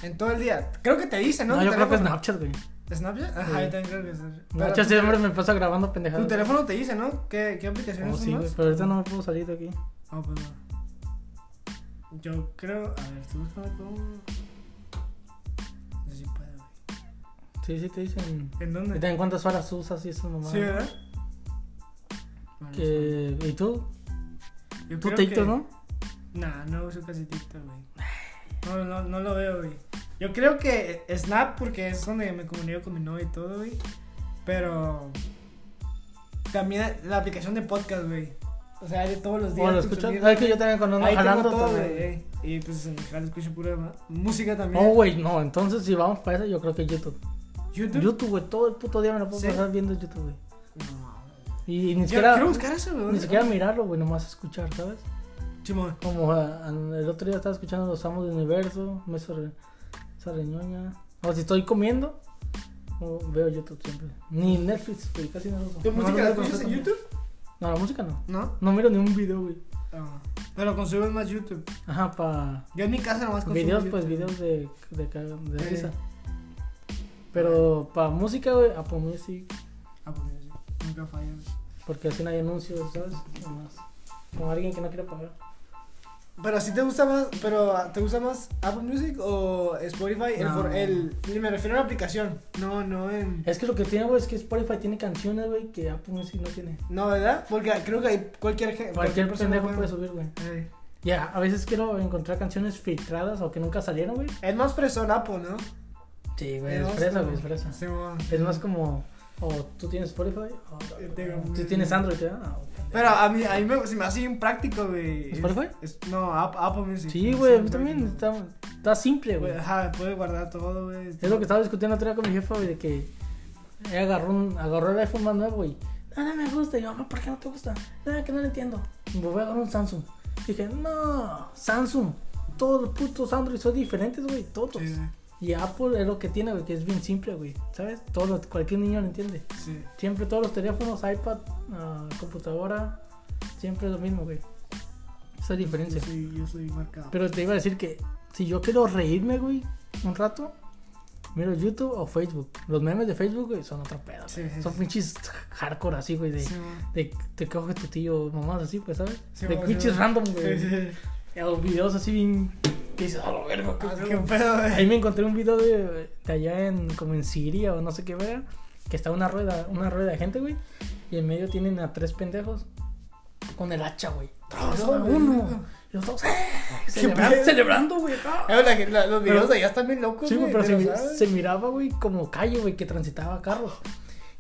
Speaker 1: En todo el día. Creo que te dicen, ¿no?
Speaker 2: No,
Speaker 1: Tu
Speaker 2: yo creo que es
Speaker 1: teléfono.
Speaker 2: Snapchat, güey.
Speaker 1: ¿Snapchat? Ajá,
Speaker 2: Sí.
Speaker 1: yo también creo que es Snapchat. Pero
Speaker 2: Snapchat
Speaker 1: tu-
Speaker 2: siempre me pasa grabando pendejadas.
Speaker 1: Tu teléfono te dice, ¿no? ¿Qué, qué aplicación
Speaker 2: Oh,
Speaker 1: usas
Speaker 2: sí, güey,
Speaker 1: más?
Speaker 2: pero ahorita no me puedo salir de aquí.
Speaker 1: Ah, pues no. Yo creo. A ver, estoy buscando cómo. No sé si puedo, güey.
Speaker 2: Sí, sí, te dicen.
Speaker 1: ¿En
Speaker 2: Te
Speaker 1: dónde?
Speaker 2: dan cuántas horas usas y eso nomás.
Speaker 1: Sí, ¿verdad?
Speaker 2: Que- ¿Y tú?
Speaker 1: Yo
Speaker 2: ¿Tú
Speaker 1: creo
Speaker 2: TikTok,
Speaker 1: que-
Speaker 2: no?
Speaker 1: Nah, no uso casi TikTok, güey. No, no, no lo veo, güey. Yo creo que Snap, porque es donde me comunico con mi novia y todo, güey. Pero. También la aplicación de podcast, güey. O sea, de todos los días.
Speaker 2: ¿O lo
Speaker 1: consumir-
Speaker 2: escuchas? ¿Sabes que yo también cuando ando
Speaker 1: Ahí tengo
Speaker 2: jalando
Speaker 1: todo,
Speaker 2: también-
Speaker 1: güey. eh. Y pues en mi canal escucho pura ma- música
Speaker 2: No,
Speaker 1: también.
Speaker 2: güey, no. Entonces, si vamos para eso, yo creo que YouTube.
Speaker 1: YouTube.
Speaker 2: YouTube, güey. Todo el puto día me lo puedo
Speaker 1: ¿Sí?
Speaker 2: pasar viendo YouTube, güey.
Speaker 1: No,
Speaker 2: Y, y ni
Speaker 1: Yo
Speaker 2: siquiera.
Speaker 1: quiero buscar eso, güey.
Speaker 2: Ni siquiera mirarlo, güey, nomás escuchar, ¿sabes?
Speaker 1: Chimón.
Speaker 2: Como ah, el otro día estaba escuchando Los Amos del Universo, Mesa Re- esa reñoña. O si estoy comiendo, o veo YouTube siempre. Ni Netflix, güey, casi no lo uso.
Speaker 1: ¿Tu
Speaker 2: No,
Speaker 1: música
Speaker 2: no
Speaker 1: la
Speaker 2: lo
Speaker 1: escuchas
Speaker 2: conozco
Speaker 1: en
Speaker 2: tanto.
Speaker 1: YouTube?
Speaker 2: No, la música no.
Speaker 1: No.
Speaker 2: No miro ni un video, güey.
Speaker 1: Ah, Pero consumes más YouTube.
Speaker 2: Ajá, pa...
Speaker 1: Yo en mi casa nomás consumo.
Speaker 2: Videos,
Speaker 1: YouTube.
Speaker 2: pues, videos de, de, caga- de
Speaker 1: Sí.
Speaker 2: risa. Pero pa música, güey, Apple Music,
Speaker 1: Ah, pues sí. Nunca fallas.
Speaker 2: porque así no hay anuncios, ¿sabes? Nomás. Como alguien que no quiere pagar.
Speaker 1: Pero si te gusta más, pero ah, ¿te gusta más Apple Music o Spotify? El,
Speaker 2: No.
Speaker 1: for- el, y me refiero a la aplicación. No, no en.
Speaker 2: Es que lo que tiene, güey, es que Spotify tiene canciones, güey, que Apple Music no tiene.
Speaker 1: No, ¿verdad? Porque creo que hay cualquier gen-
Speaker 2: Cualquier
Speaker 1: persona
Speaker 2: pendejo puede
Speaker 1: puede-
Speaker 2: subir, güey.
Speaker 1: Eh,
Speaker 2: Ya, a veces quiero encontrar canciones filtradas o que nunca salieron, güey.
Speaker 1: Es más fresón Apple, ¿no?
Speaker 2: Sí, güey,
Speaker 1: No,
Speaker 2: es fresa,
Speaker 1: sí.
Speaker 2: güey, es fresa.
Speaker 1: Sí, mo.
Speaker 2: Es más como, o tú tienes Spotify, o
Speaker 1: Yo tengo
Speaker 2: tú
Speaker 1: Music.
Speaker 2: tienes Android, ¿verdad? Ah, ok.
Speaker 1: Pero a mí, a mí me, se me hace impráctico, güey.
Speaker 2: ¿Spotify?
Speaker 1: Es- no, App- Apple Music.
Speaker 2: Sí,
Speaker 1: Se me
Speaker 2: güey,
Speaker 1: hace
Speaker 2: a mí también
Speaker 1: impráctico.
Speaker 2: está, está simple, güey.
Speaker 1: Güey, Ajá, puede guardar todo, güey.
Speaker 2: Es lo que estaba discutiendo otro día con mi jefa, güey, de que ella agarró, un- agarró el iPhone más nuevo, güey. Nada me gusta. Y yo, no, ¿por qué no te gusta? Nada, que no lo entiendo. Me voy a agarrar un Samsung. Dije, no, Samsung. Todos los putos Android son diferentes, güey, todos.
Speaker 1: Sí, sí,
Speaker 2: Y Apple es lo que tiene, güey, que es bien simple, güey. ¿Sabes? Todo lo- cualquier niño lo entiende.
Speaker 1: sí.
Speaker 2: Siempre todos los teléfonos, iPad, ah, computadora, siempre es lo mismo, güey. Esa diferencia.
Speaker 1: Yo soy, yo soy marcado.
Speaker 2: Pero te iba a decir que si yo quiero reírme, güey, un rato, miro YouTube o Facebook. Los memes de Facebook, güey, son otro pedo.
Speaker 1: Sí,
Speaker 2: güey.
Speaker 1: sí,
Speaker 2: son
Speaker 1: sí.
Speaker 2: pinches hardcore así, güey, de,
Speaker 1: Sí, mo.
Speaker 2: de, te coge tu tío, mamás así, pues, ¿sabes?
Speaker 1: Sí,
Speaker 2: de
Speaker 1: mo, sí,
Speaker 2: pinches
Speaker 1: mo.
Speaker 2: random,
Speaker 1: Sí,
Speaker 2: güey.
Speaker 1: sí, sí.
Speaker 2: O videos así bien... Que dices, a lo verga, qué
Speaker 1: Ah,
Speaker 2: pedo".
Speaker 1: qué pedo, güey.
Speaker 2: Ahí me encontré un video de, de allá en, como en Siria o no sé qué verga, que está una rueda, una rueda de gente, güey, y en medio tienen a tres pendejos con el hacha, güey. Tras
Speaker 1: No,
Speaker 2: a
Speaker 1: güey.
Speaker 2: uno, y los dos, ¡eh! celebra-
Speaker 1: pedo?
Speaker 2: celebrando, güey. ah.
Speaker 1: Eh, la- la- los videos
Speaker 2: Pero-
Speaker 1: de allá están bien locos,
Speaker 2: Sí, güey,
Speaker 1: güey.
Speaker 2: pero se,
Speaker 1: te
Speaker 2: mi-
Speaker 1: lo sabes.
Speaker 2: se miraba, güey, como calle, güey, que transitaba carros.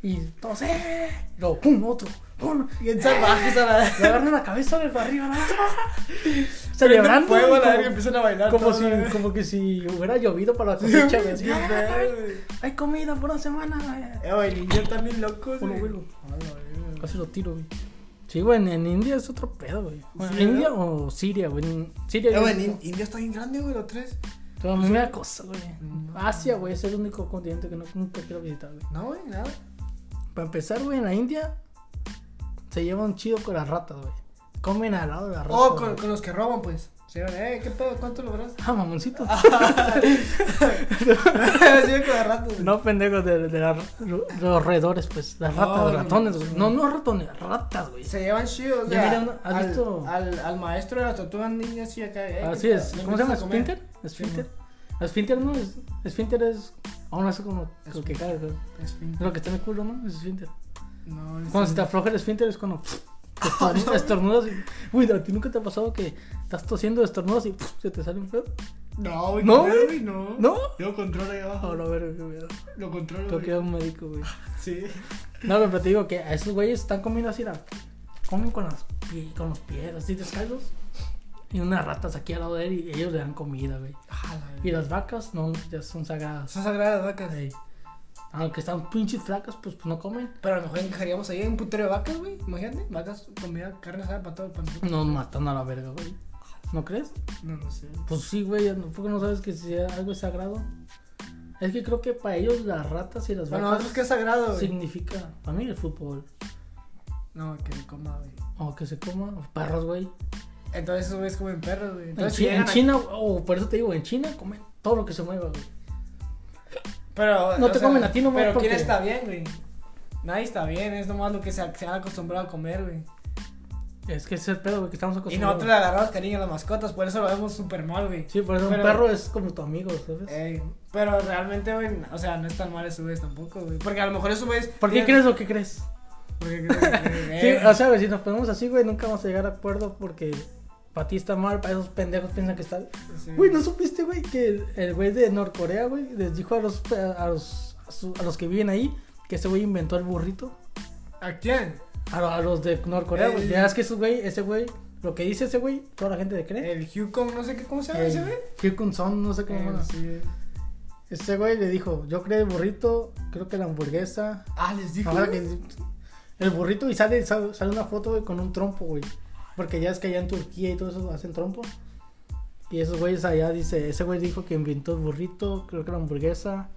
Speaker 2: Y todos, ¡eh! Y luego, ¡pum! Otro, ¡pum!
Speaker 1: Bien
Speaker 2: Eh,
Speaker 1: salvajes a la...
Speaker 2: Le agarran la cabeza, güey, para arriba, ¿no?
Speaker 1: Prenden
Speaker 2: Celebrando.
Speaker 1: fuego
Speaker 2: güey,
Speaker 1: a la verga y
Speaker 2: como-
Speaker 1: empiezan a bailar
Speaker 2: como,
Speaker 1: todos,
Speaker 2: si,
Speaker 1: güey.
Speaker 2: como que si hubiera llovido para la
Speaker 1: Sí, güey,
Speaker 2: cosecha, güey. así,
Speaker 1: qué
Speaker 2: ¡ah!
Speaker 1: pedo, güey.
Speaker 2: Hay comida por una semana, güey.
Speaker 1: Eh, güey, niños están bien locos,
Speaker 2: Uno,
Speaker 1: güey.
Speaker 2: güey. Pues
Speaker 1: A la verga.
Speaker 2: Casi lo tiro, güey. Sí, güey, en, en India es otro pedo, güey. Bueno,
Speaker 1: Sí,
Speaker 2: ¿India o Siria, güey? En Siria.
Speaker 1: Eh,
Speaker 2: yo-
Speaker 1: güey, in- India está bien grande, güey, los tres.
Speaker 2: Pero a mí me da cosa, güey.
Speaker 1: No.
Speaker 2: Asia, güey, es el único continente que no, nunca quiero visitar, güey.
Speaker 1: No, güey, nada.
Speaker 2: Para empezar, güey, en la India se llevan chido con las ratas, güey. Comen al lado de las ratas.
Speaker 1: Oh, con,
Speaker 2: güey.
Speaker 1: con los que roban, pues. Sí, eh, ¿qué pedo? ¿Cuánto lograste?
Speaker 2: Ah, mamoncito.
Speaker 1: Sigue con las ratas. güey.
Speaker 2: No pendejos de, de las- de los roedores, pues. Las
Speaker 1: No,
Speaker 2: ratas,
Speaker 1: no,
Speaker 2: los ratones.
Speaker 1: no.
Speaker 2: güey. No, no ratones, ratas, güey.
Speaker 1: Se llevan chido, o
Speaker 2: Ya
Speaker 1: sea,
Speaker 2: miran, ¿has
Speaker 1: al,
Speaker 2: visto?
Speaker 1: Al, al maestro de la tortuga niña así acá. eh,
Speaker 2: Así
Speaker 1: ¿qué
Speaker 2: Ah, es.
Speaker 1: pedo? ¿Me
Speaker 2: ¿Cómo se llama?
Speaker 1: invitas a comer?
Speaker 2: ¿Esfínter? ¿Esfínter? Esfínter no es. Esfínter es. Aún no sé cómo. Lo que cae, güey. Es
Speaker 1: Esfínter.
Speaker 2: lo que está en el culo, ¿no? Es esfínter.
Speaker 1: No, es-
Speaker 2: Cuando se te afloja el esfínter es cuando. pff, estornu- Estornudas y. Uy, ¿a ti nunca te ha pasado que estás tosiendo, estornudas y pff, se te sale un pedo?
Speaker 1: No, güey,
Speaker 2: No,
Speaker 1: no,
Speaker 2: güey.
Speaker 1: güey, no.
Speaker 2: ¿No? Oh,
Speaker 1: Yo controlo ahí abajo.
Speaker 2: Ahora, a ver, Ah, qué miedo.
Speaker 1: Lo controlo.
Speaker 2: Tengo
Speaker 1: güey.
Speaker 2: que ir a un médico, güey.
Speaker 1: Sí.
Speaker 2: No, pero te digo que a esos güeyes están comiendo así, la- comen con, las pie- con los pies así descalzos. Y unas ratas aquí al lado de él y ellos le dan comida, güey. Y las vacas no, ya son sagradas.
Speaker 1: Son sagradas las vacas.
Speaker 2: Ey. Aunque están pinches flacas, pues, pues no comen.
Speaker 1: Pero a lo mejor encajaríamos ahí en un putero de vacas, güey. Imagínate, vacas, comida, carne asada para todo el pan.
Speaker 2: Nos matan a la verga, güey. ¿No crees?
Speaker 1: No, no sé.
Speaker 2: Pues sí, güey, ¿a poco no sabes que si algo es sagrado? Es que creo que para ellos las ratas y las
Speaker 1: Para
Speaker 2: vacas
Speaker 1: nosotros que es sagrado, güey.
Speaker 2: significa, para mí el fútbol,
Speaker 1: No, que me coma, güey.
Speaker 2: o que se coma, o perros, güey.
Speaker 1: Entonces esos güeyes comen perros, güey.
Speaker 2: En,
Speaker 1: Entonces,
Speaker 2: Chi- en
Speaker 1: llegan a-
Speaker 2: China, o por eso te digo, en China comen todo lo que se mueva, güey.
Speaker 1: Pero,
Speaker 2: No
Speaker 1: o
Speaker 2: te
Speaker 1: sea,
Speaker 2: comen a ti nomás
Speaker 1: Pero
Speaker 2: porque-
Speaker 1: ¿quién está bien, güey? Nadie está bien, es nomás lo que se, se han acostumbrado a comer, güey.
Speaker 2: Es que ese es el pedo, güey, que estamos
Speaker 1: Y
Speaker 2: acostumbrados.
Speaker 1: nosotros le agarramos cariño a las mascotas, por eso lo vemos súper mal, güey.
Speaker 2: Sí, por eso
Speaker 1: Pero- Eh,
Speaker 2: un perro es como tu amigo, ¿sabes?
Speaker 1: Ey, pero realmente, güey, o sea, no es tan mal esos güeyes tampoco, güey. Porque a lo mejor esos güeyes.
Speaker 2: ¿Por qué
Speaker 1: tienen-
Speaker 2: crees lo que crees?
Speaker 1: Porque creen que-
Speaker 2: Sí,
Speaker 1: ey.
Speaker 2: o sea, güey, si nos ponemos así, güey, nunca vamos a llegar a acuerdo porque para ti está mal, para esos pendejos piensan que está...
Speaker 1: Sí.
Speaker 2: Güey, ¿no supiste, güey, que el- el güey de Norcorea, güey, les dijo a los, a los, a su- a los que viven ahí que ese güey inventó el burrito?
Speaker 1: ¿A quién?
Speaker 2: A, lo- a los de Norcorea, güey.
Speaker 1: El-
Speaker 2: Ya es que ese güey, ese güey, lo que dice ese güey, toda la gente le cree.
Speaker 1: El Hukong, no sé qué, ¿cómo se llama ese güey?
Speaker 2: Hyukun Son, no sé cómo
Speaker 1: Eh,
Speaker 2: se llama.
Speaker 1: sí.
Speaker 2: Este güey le dijo, yo creé el burrito, creo que la hamburguesa.
Speaker 1: Ah, les dijo.
Speaker 2: Ahora
Speaker 1: güey.
Speaker 2: que el burrito y sale, sale, sale una foto güey, con un trompo, güey. Porque ya es que allá en Turquía y todo eso hacen trompo. Y esos güeyes allá dice, ese güey dijo que inventó el burrito, creo que la hamburguesa.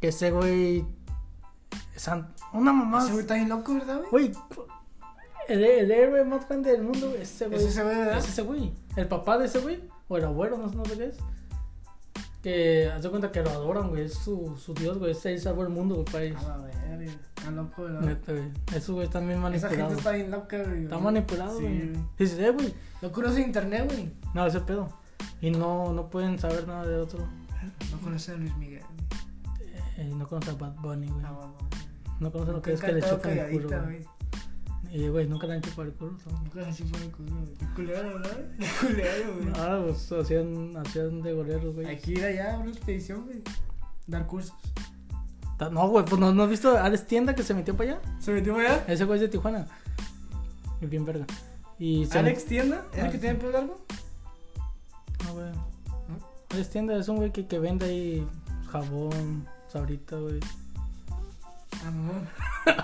Speaker 2: Que ese güey... san- Una mamá.
Speaker 1: Ese güey está bien loco, ¿verdad, güey?
Speaker 2: Güey, el, el héroe más grande del mundo, güey, ese güey.
Speaker 1: Es ese güey, ¿verdad?
Speaker 2: Es ese güey. El papá de ese güey, o el abuelo, no, no sé qué es. Que hace cuenta que lo adoran, güey. Es su, su dios, güey. Ese él salvó el mundo, güey, para ellos.
Speaker 1: A la verga, está loco, ¿verdad?
Speaker 2: Neta, güey. Esos güey están bien
Speaker 1: Esa gente
Speaker 2: manipulados.
Speaker 1: está bien loca, güey.
Speaker 2: Está manipulado,
Speaker 1: Sí,
Speaker 2: güey.
Speaker 1: güey.
Speaker 2: Dices, eh, güey.
Speaker 1: Lo conoce internet, güey.
Speaker 2: No, ese pedo. Y no, no pueden saber nada de otro.
Speaker 1: No conoce a Luis Miguel.
Speaker 2: Eh, no conocen a Bad Bunny, güey.
Speaker 1: Ah, mamá.
Speaker 2: No conocen lo que
Speaker 1: Nunca
Speaker 2: es que le
Speaker 1: he cantado
Speaker 2: chupan el culo,
Speaker 1: calladita,
Speaker 2: güey. Y, güey, nunca le han chupado el culo. ¿no?
Speaker 1: Nunca se chupan el culo, güey. Qué Culero, ¿verdad? Qué Culero, güey.
Speaker 2: Ahora, pues, hacían, hacían de goleros, güey.
Speaker 1: Hay que ir allá a una expedición, güey. Dar cursos.
Speaker 2: Ta- No, güey, pues no, ¿no has visto a Alex Tienda que se metió para allá.
Speaker 1: ¿Se metió para allá?
Speaker 2: Ese güey es de Tijuana. Y bien verga. Y se
Speaker 1: ¿Alex Tienda?
Speaker 2: Ah,
Speaker 1: ¿Es el que tiene el pelo largo?
Speaker 2: No, güey. Alex Tienda es un güey que, que vende ahí jabón, sabrita, güey.
Speaker 1: Ah, mamón.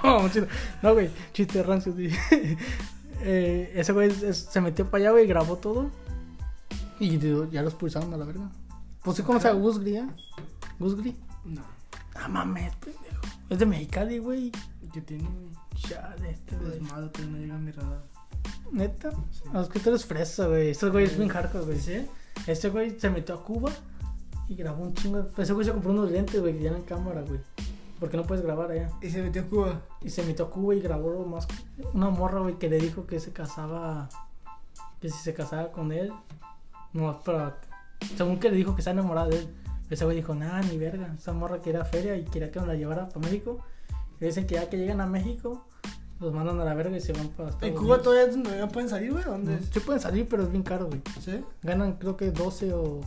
Speaker 2: Oh, chiste. no, güey, chiste rancio. dije. Eh, ese güey es- es- se metió para allá, güey, grabó todo. Y digo, ya lo expulsaron a la verga. Pues sí, ¿cómo se llama? Gus Gris, ¿eh? Gus Gris.
Speaker 1: No.
Speaker 2: Ah, mames, pendejo. Es de Mexicali, güey.
Speaker 1: ¿Qué tiene, güey?
Speaker 2: Ya, de este, güey.
Speaker 1: Es malo, pero no llega a mi radar.
Speaker 2: Neta.
Speaker 1: Sí.
Speaker 2: Ah, es que tú eres fresa, güey. Este güey es
Speaker 1: Sí.
Speaker 2: bien hardcore, güey.
Speaker 1: ¿Sí?
Speaker 2: Este güey se metió a Cuba y grabó un chingo. de- Ese güey se compró unos lentes, güey, que ya eran cámara, güey. Porque no puedes grabar allá.
Speaker 1: Y se metió a Cuba.
Speaker 2: Y se metió a Cuba y grabó más. Una morra, güey, que le dijo que se casaba. Que si se casaba con él. No, pero. Según que le dijo que está enamorada de él. Ese güey dijo, nada, ni verga. Esa morra quería feria y quería que nos la llevara para México. Y dicen que ya que llegan a México, los mandan a la verga y se van para.
Speaker 1: ¿En
Speaker 2: Estados
Speaker 1: Cuba
Speaker 2: Unidos.
Speaker 1: todavía no no pueden salir, güey? ¿Dónde es?
Speaker 2: Sí pueden salir, pero es bien caro, güey.
Speaker 1: ¿Sí?
Speaker 2: Ganan creo que 12 o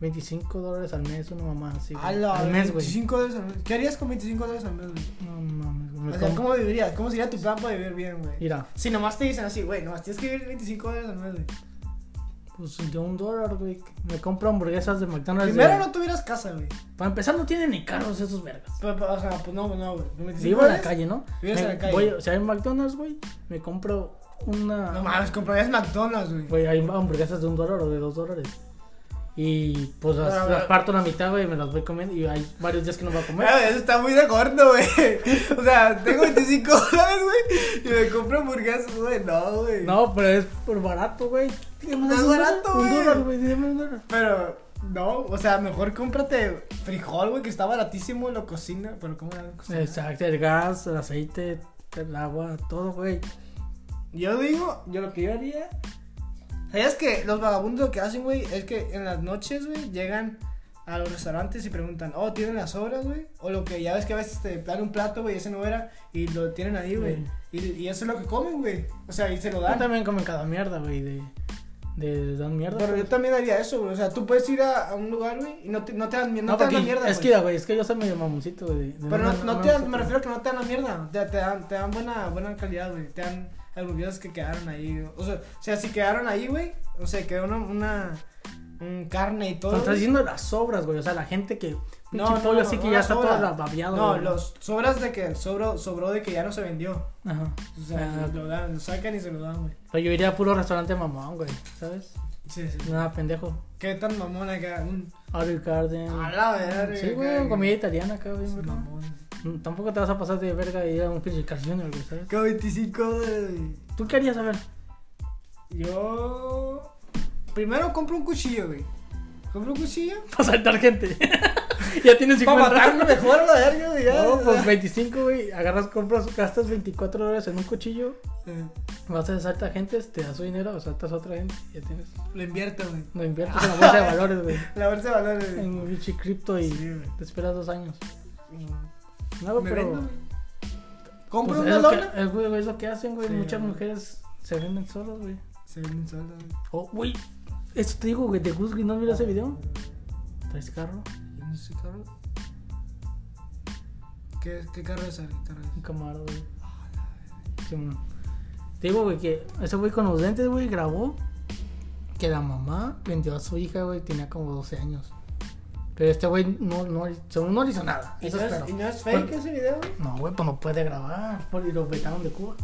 Speaker 2: 25 dólares al mes, una mamá así. güey.
Speaker 1: A la-
Speaker 2: al mes, güey.
Speaker 1: 25 dólares al mes. ¿Qué harías con 25 dólares al mes, güey?
Speaker 2: No mames, güey. me
Speaker 1: O sea,
Speaker 2: compro-
Speaker 1: ¿cómo vivirías? ¿Cómo sería tu plan para vivir bien, güey?
Speaker 2: Mira,
Speaker 1: Si nomás te dicen así, güey, nomás tienes que vivir 25 dólares al mes, güey.
Speaker 2: pues yo un dólar, güey. Me compro hamburguesas de McDonald's.
Speaker 1: Primero
Speaker 2: de-
Speaker 1: no tuvieras casa, güey.
Speaker 2: Para empezar, no tienen ni carros esos vergas.
Speaker 1: Pa- pa- O sea, pues no, no, güey. ¿25
Speaker 2: Vivo en la
Speaker 1: dólares?
Speaker 2: calle, ¿no?
Speaker 1: Vives
Speaker 2: Me-
Speaker 1: en la calle.
Speaker 2: Voy, si hay McDonald's, güey, me compro una.
Speaker 1: No mames, comprarías McDonald's, güey.
Speaker 2: Güey, hay hamburguesas de un dólar o de dos dólares. Y pues las,
Speaker 1: Ah,
Speaker 2: las
Speaker 1: ah.
Speaker 2: parto la mitad, güey, y me las voy comiendo. Y hay varios días que no voy a comer.
Speaker 1: Ah, Eso está muy de gordo, güey. O sea, tengo 25 horas, güey. Y me compro hamburguesas, güey. No, güey.
Speaker 2: No, pero es por barato, güey.
Speaker 1: No es
Speaker 2: Un dólar,
Speaker 1: barato,
Speaker 2: Un
Speaker 1: güey.
Speaker 2: dólar, güey. Dígame un dólar.
Speaker 1: Pero, no, o sea, mejor cómprate frijol, güey, que está baratísimo, lo cocina. Pero, ¿cómo lo cocina?
Speaker 2: Exacto, el gas, el aceite, el agua, todo, güey.
Speaker 1: Yo digo, yo lo que yo haría. ¿Sabías que los vagabundos lo que hacen, güey? Es que en las noches, güey, llegan a los restaurantes y preguntan, oh, ¿tienen las obras, güey? O lo que ya ves que a veces te dan un plato, güey, ese no era, y lo tienen ahí, güey.
Speaker 2: Sí.
Speaker 1: Y, y eso es lo que comen, güey. O sea, y se lo
Speaker 2: Yo
Speaker 1: dan.
Speaker 2: también comen cada mierda, güey, de, de dan mierda.
Speaker 1: Pero yo también haría eso, güey. O sea, tú puedes ir a, a un lugar, güey, y no te, no te dan, mi- no te dan
Speaker 2: porque
Speaker 1: la mierda.
Speaker 2: es
Speaker 1: güey.
Speaker 2: que, mira, güey, es que yo soy medio mamoncito, güey.
Speaker 1: Pero no, no te dan, me
Speaker 2: gusta.
Speaker 1: refiero a que no te dan la mierda. Te, te dan, te dan buena, buena calidad, güey. Te dan hamburguesas que quedaron ahí. O sea, o sea, si quedaron ahí, güey. O sea, quedó una, una un carne y todo.
Speaker 2: Pero estás
Speaker 1: güey.
Speaker 2: diciendo las sobras, güey, o sea, la gente que...
Speaker 1: No,
Speaker 2: pinche
Speaker 1: no,
Speaker 2: pollo
Speaker 1: no,
Speaker 2: así
Speaker 1: no
Speaker 2: que
Speaker 1: la
Speaker 2: ya está
Speaker 1: sobra.
Speaker 2: toda babeado,
Speaker 1: No,
Speaker 2: güey.
Speaker 1: los sobras de que sobró, sobró de que ya no se vendió.
Speaker 2: Ajá.
Speaker 1: O sea,
Speaker 2: Ah.
Speaker 1: lo, dan, lo sacan y se lo dan, güey.
Speaker 2: Pero yo iría a puro restaurante mamón, güey, ¿sabes?
Speaker 1: Sí, sí.
Speaker 2: Nada, pendejo.
Speaker 1: Qué tan mamón acá. Un...
Speaker 2: Olive Garden.
Speaker 1: A la verga.
Speaker 2: Sí,
Speaker 1: acá,
Speaker 2: güey, comida italiana, cabrón.
Speaker 1: Sí,
Speaker 2: güey.
Speaker 1: mamón.
Speaker 2: Mm, Tampoco te vas a pasar de verga y ir a un pinche Carl Jr., güey, ¿sabes?
Speaker 1: Con 25 güey.
Speaker 2: ¿Tú qué harías, a ver?
Speaker 1: Yo. Primero compro un cuchillo, güey. Compro un cuchillo.
Speaker 2: Para saltar gente. ya tienes 50.
Speaker 1: Para matarlo mejor a la verga, güey. ya,
Speaker 2: No,
Speaker 1: o
Speaker 2: pues
Speaker 1: sea.
Speaker 2: 25, güey. Agarras, compras, gastas 24 dólares en un cuchillo. Vas a saltar gente, te das su dinero, saltas a otra gente. Ya tienes.
Speaker 1: Lo invierto, güey.
Speaker 2: No inviertes en la bolsa de valores, güey.
Speaker 1: La bolsa de valores, güey.
Speaker 2: En bichi cripto y
Speaker 1: Sí, güey.
Speaker 2: te esperas dos años. No,
Speaker 1: Me
Speaker 2: pero.
Speaker 1: vendo, güey. ¿Compro
Speaker 2: pues,
Speaker 1: una
Speaker 2: es lo que-
Speaker 1: lona?
Speaker 2: Es, güey, es lo que hacen, güey.
Speaker 1: Sí,
Speaker 2: Muchas
Speaker 1: güey.
Speaker 2: mujeres se venden solas, güey.
Speaker 1: Se venden solas, güey.
Speaker 2: Oh, güey. Esto te digo, güey, de Gus Gris, ¿no mira ese video? ¿Traes carro?
Speaker 1: Yo no sé, carro. ¿Qué, qué carro es? ¿Qué carro
Speaker 2: Un
Speaker 1: es?
Speaker 2: camarada, güey. Simón. Te digo, güey, que ese güey con los dentes, güey, grabó que la mamá vendió a su hija, güey, tenía como 12 años. Pero este güey no, no, según no le hizo nada.
Speaker 1: ¿Y
Speaker 2: Eso
Speaker 1: no es-
Speaker 2: espero.
Speaker 1: ¿Y no es fake ese video, güey?
Speaker 2: No, güey, pues no puede grabar. por- Y lo vetaron de Cuba.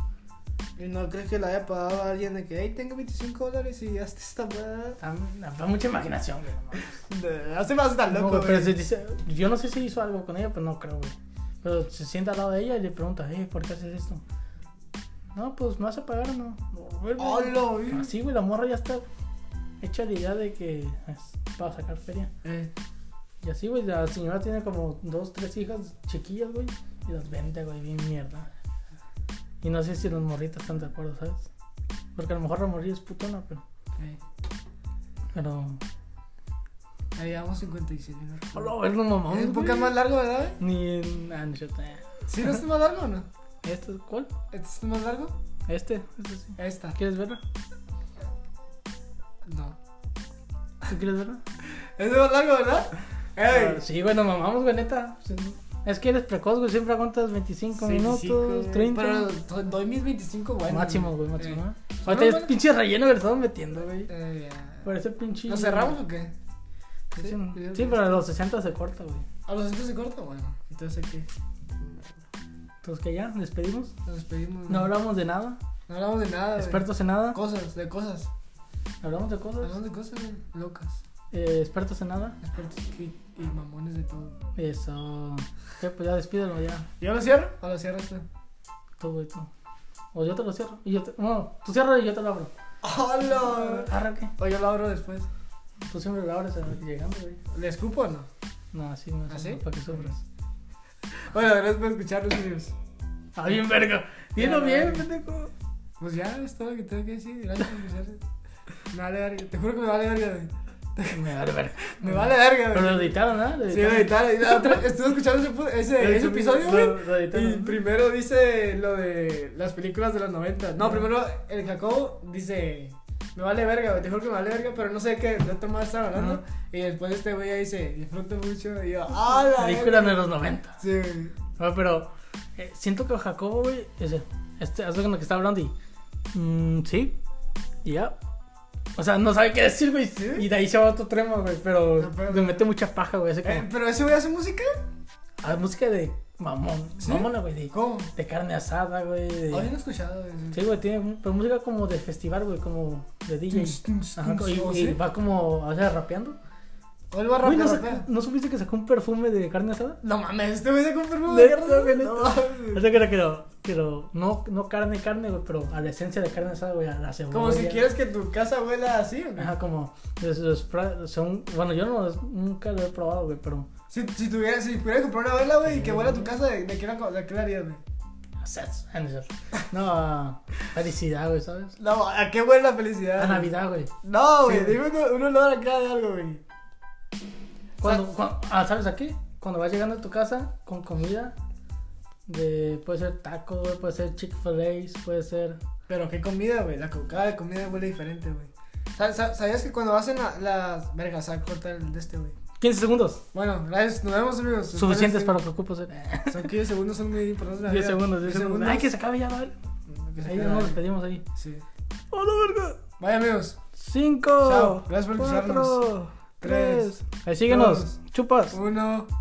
Speaker 1: ¿Y no crees que le haya pagado a alguien de que, hey, tengo 25 dólares y hazte esta madre?
Speaker 2: Está- Fue mucha imaginación, güey. no mames.
Speaker 1: No se me hace tan
Speaker 2: No,
Speaker 1: loco,
Speaker 2: güey, pero
Speaker 1: güey.
Speaker 2: se dice- yo no sé si hizo algo con ella, pero no creo, güey. Pero se sienta al lado de ella y le pregunta, "Ey, ¿por qué haces esto? No, pues me vas a pagar o no. No, güey, güey.
Speaker 1: ¡Hola, güey!
Speaker 2: Así, güey, la morra ya está hecha la idea de que es para sacar feria.
Speaker 1: Eh,
Speaker 2: Y así, güey, la señora tiene como dos, tres hijas chiquillas, güey, y las vende, güey, bien mierda. Y no sé si los morritas están de acuerdo, ¿sabes? Porque a lo mejor la morrilla es putona, pero.
Speaker 1: eh.
Speaker 2: Pero.
Speaker 1: Ahí llevamos 56 minutos.
Speaker 2: Hola, güey, no mamón,
Speaker 1: Es un
Speaker 2: güey.
Speaker 1: poco más largo, ¿verdad, güey?
Speaker 2: Ni. Ah, no, yo te-
Speaker 1: ¿Sí no es más largo o no?
Speaker 2: ¿Este cuál?
Speaker 1: ¿Este es más largo?
Speaker 2: Este, este sí.
Speaker 1: Ahí está.
Speaker 2: ¿Quieres verlo?
Speaker 1: No.
Speaker 2: ¿Tú quieres verlo?
Speaker 1: Es más largo, ¿verdad?
Speaker 2: Ah,
Speaker 1: ¡Ey!
Speaker 2: Sí, güey, nos mamamos, güey, neta. Sí. Es que eres precoz, güey, siempre aguantas
Speaker 1: 25,
Speaker 2: 25 minutos, 30.
Speaker 1: Pero do- doy mis 25 buenos.
Speaker 2: máximo, güey, máximo.
Speaker 1: Eh,
Speaker 2: ¿eh? Ahorita es
Speaker 1: bueno.
Speaker 2: pinche relleno que le estamos metiendo, güey.
Speaker 1: eh, ya.
Speaker 2: Parece pinche.
Speaker 1: ¿Nos cerramos o qué?
Speaker 2: Sí, sí,
Speaker 1: creo
Speaker 2: sí,
Speaker 1: que
Speaker 2: pero a los 60 se corta, güey.
Speaker 1: ¿A los 60 se corta? Bueno, entonces ¿qué?
Speaker 2: Entonces, que ya, despedimos.
Speaker 1: Nos despedimos.
Speaker 2: No hablamos de nada,
Speaker 1: No hablamos de nada. güey.
Speaker 2: expertos en nada.
Speaker 1: Cosas, de cosas.
Speaker 2: Hablamos de cosas,
Speaker 1: Hablamos de cosas güey, locas.
Speaker 2: eh, expertos en nada.
Speaker 1: Expertos y, y mamones de todo.
Speaker 2: Eso. ¿Qué? Pues ya despídelo, ya.
Speaker 1: ¿Yo lo cierro? ¿O lo cierras tú?
Speaker 2: Tú, güey, tú. O yo te lo cierro. Y yo te... No, tú cierras y yo te lo abro.
Speaker 1: ¡Hola!
Speaker 2: Arra, ¿qué?
Speaker 1: O yo lo abro después.
Speaker 2: Tú siempre lo abres a- llegando, güey.
Speaker 1: ¿Le escupo o no?
Speaker 2: No, así no.
Speaker 1: ¿Ah,
Speaker 2: así
Speaker 1: sí?
Speaker 2: Para que sufras.
Speaker 1: Bueno, gracias por escucharnos, amigos.
Speaker 2: Ah, bien, verga. Dilo
Speaker 1: Ya,
Speaker 2: bien,
Speaker 1: güey.
Speaker 2: pendejo.
Speaker 1: Pues ya es todo lo que tengo que decir. Gracias por escucharnos. Me vale verga. Te juro que me vale verga, güey.
Speaker 2: Me vale verga.
Speaker 1: Me vale verga,
Speaker 2: Pero
Speaker 1: güey.
Speaker 2: lo editaron, ¿no? Lo
Speaker 1: Sí, güey,
Speaker 2: editaron.
Speaker 1: tal. y la otra- Estuve escuchando ese, pu- ese, ese episodio,
Speaker 2: Lo-
Speaker 1: güey.
Speaker 2: lo editaron.
Speaker 1: Y primero dice lo de las películas de los 90. No, primero el Jacobo dice: Me vale verga, güey. Te juro que me vale verga, pero no sé qué. De otro más estaba hablando.
Speaker 2: Ajá.
Speaker 1: Y después este güey ya dice: Disfruto mucho. Y yo, ¡ah, la
Speaker 2: Película
Speaker 1: verga!
Speaker 2: de los 90.
Speaker 1: Sí, güey.
Speaker 2: No, pero eh, siento que Jacobo, güey, ese, este, hace con lo que está hablando y. mm, sí, y ya. O sea, no sabe qué decir, güey.
Speaker 1: Sí.
Speaker 2: Y de ahí se va otro trema, güey. Pero
Speaker 1: No, pero-
Speaker 2: le mete mucha paja, güey. Hace como.
Speaker 1: Eh, pero ese güey hace música.
Speaker 2: ah, música de mamón.
Speaker 1: ¿Sí?
Speaker 2: Mamona, güey. De,
Speaker 1: ¿Cómo?
Speaker 2: de carne asada, güey. de-
Speaker 1: Hoy Oh, no he escuchado. güey.
Speaker 2: Sí, güey, tiene pero música como de festival, güey, como de DJ.
Speaker 1: Tuns, tuns,
Speaker 2: Ajá,
Speaker 1: tuns,
Speaker 2: y,
Speaker 1: Pues, ¿o
Speaker 2: y
Speaker 1: sí?
Speaker 2: va como, o sea, rapeando.
Speaker 1: Vuelvo a
Speaker 2: Güey,
Speaker 1: rapear,
Speaker 2: ¿no,
Speaker 1: rapea.
Speaker 2: sa- ¿no supiste que sacó un perfume de carne asada?
Speaker 1: No mames, este güey se compró
Speaker 2: Neta, güey, neta. O
Speaker 1: No,
Speaker 2: sea, que era, que era- que era- no, no carne, carne, güey, pero a la esencia de carne asada, güey, a la cebolla.
Speaker 1: Como si quieres que tu casa huela así, güey.
Speaker 2: Ajá, como. los- los fra- son- bueno, yo no, los- nunca lo he probado, güey, pero.
Speaker 1: Si, si tuvieras, si pudieras comprar una vela, güey, y que huela a tu casa, ¿de, de qué la, co- de qué la harías, güey?
Speaker 2: Sets, ah, No, es cierto. No, a felicidad, güey, ¿sabes?
Speaker 1: No, ¿a qué huele la felicidad?
Speaker 2: A Navidad, güey.
Speaker 1: No, güey,
Speaker 2: Sí.
Speaker 1: dime un, un olor acá de algo, güey.
Speaker 2: Cuando,
Speaker 1: Sa-
Speaker 2: cuan- ah, ¿Sabes aquí? Cuando vas llegando a tu casa con comida, de, puede ser tacos, güey, puede ser Chick-fil-A, puede ser.
Speaker 1: Pero qué comida, güey. La co- cada comida huele diferente, güey. Sa- sa- ¿Sabías que cuando hacen la- las vergas, a cortar el de este, güey?
Speaker 2: 15 segundos,
Speaker 1: Bueno, gracias, nos vemos, amigos.
Speaker 2: suficientes
Speaker 1: Espero
Speaker 2: para lo que ocupo hacer.
Speaker 1: que- Son 15 segundos, son muy importantes. en la
Speaker 2: 10
Speaker 1: vida.
Speaker 2: segundos, 10
Speaker 1: 15
Speaker 2: segundos. Ay, que se acabe ya, ¿vale?
Speaker 1: Que se
Speaker 2: Ahí
Speaker 1: queda,
Speaker 2: nos
Speaker 1: güey.
Speaker 2: despedimos ahí.
Speaker 1: Sí.
Speaker 2: ¡Oh, la verga!
Speaker 1: Vaya, amigos.
Speaker 2: 5,
Speaker 1: Chao, gracias por escucharnos. Tres,
Speaker 2: Ahí síguenos,
Speaker 1: dos,
Speaker 2: chupas.
Speaker 1: Uno.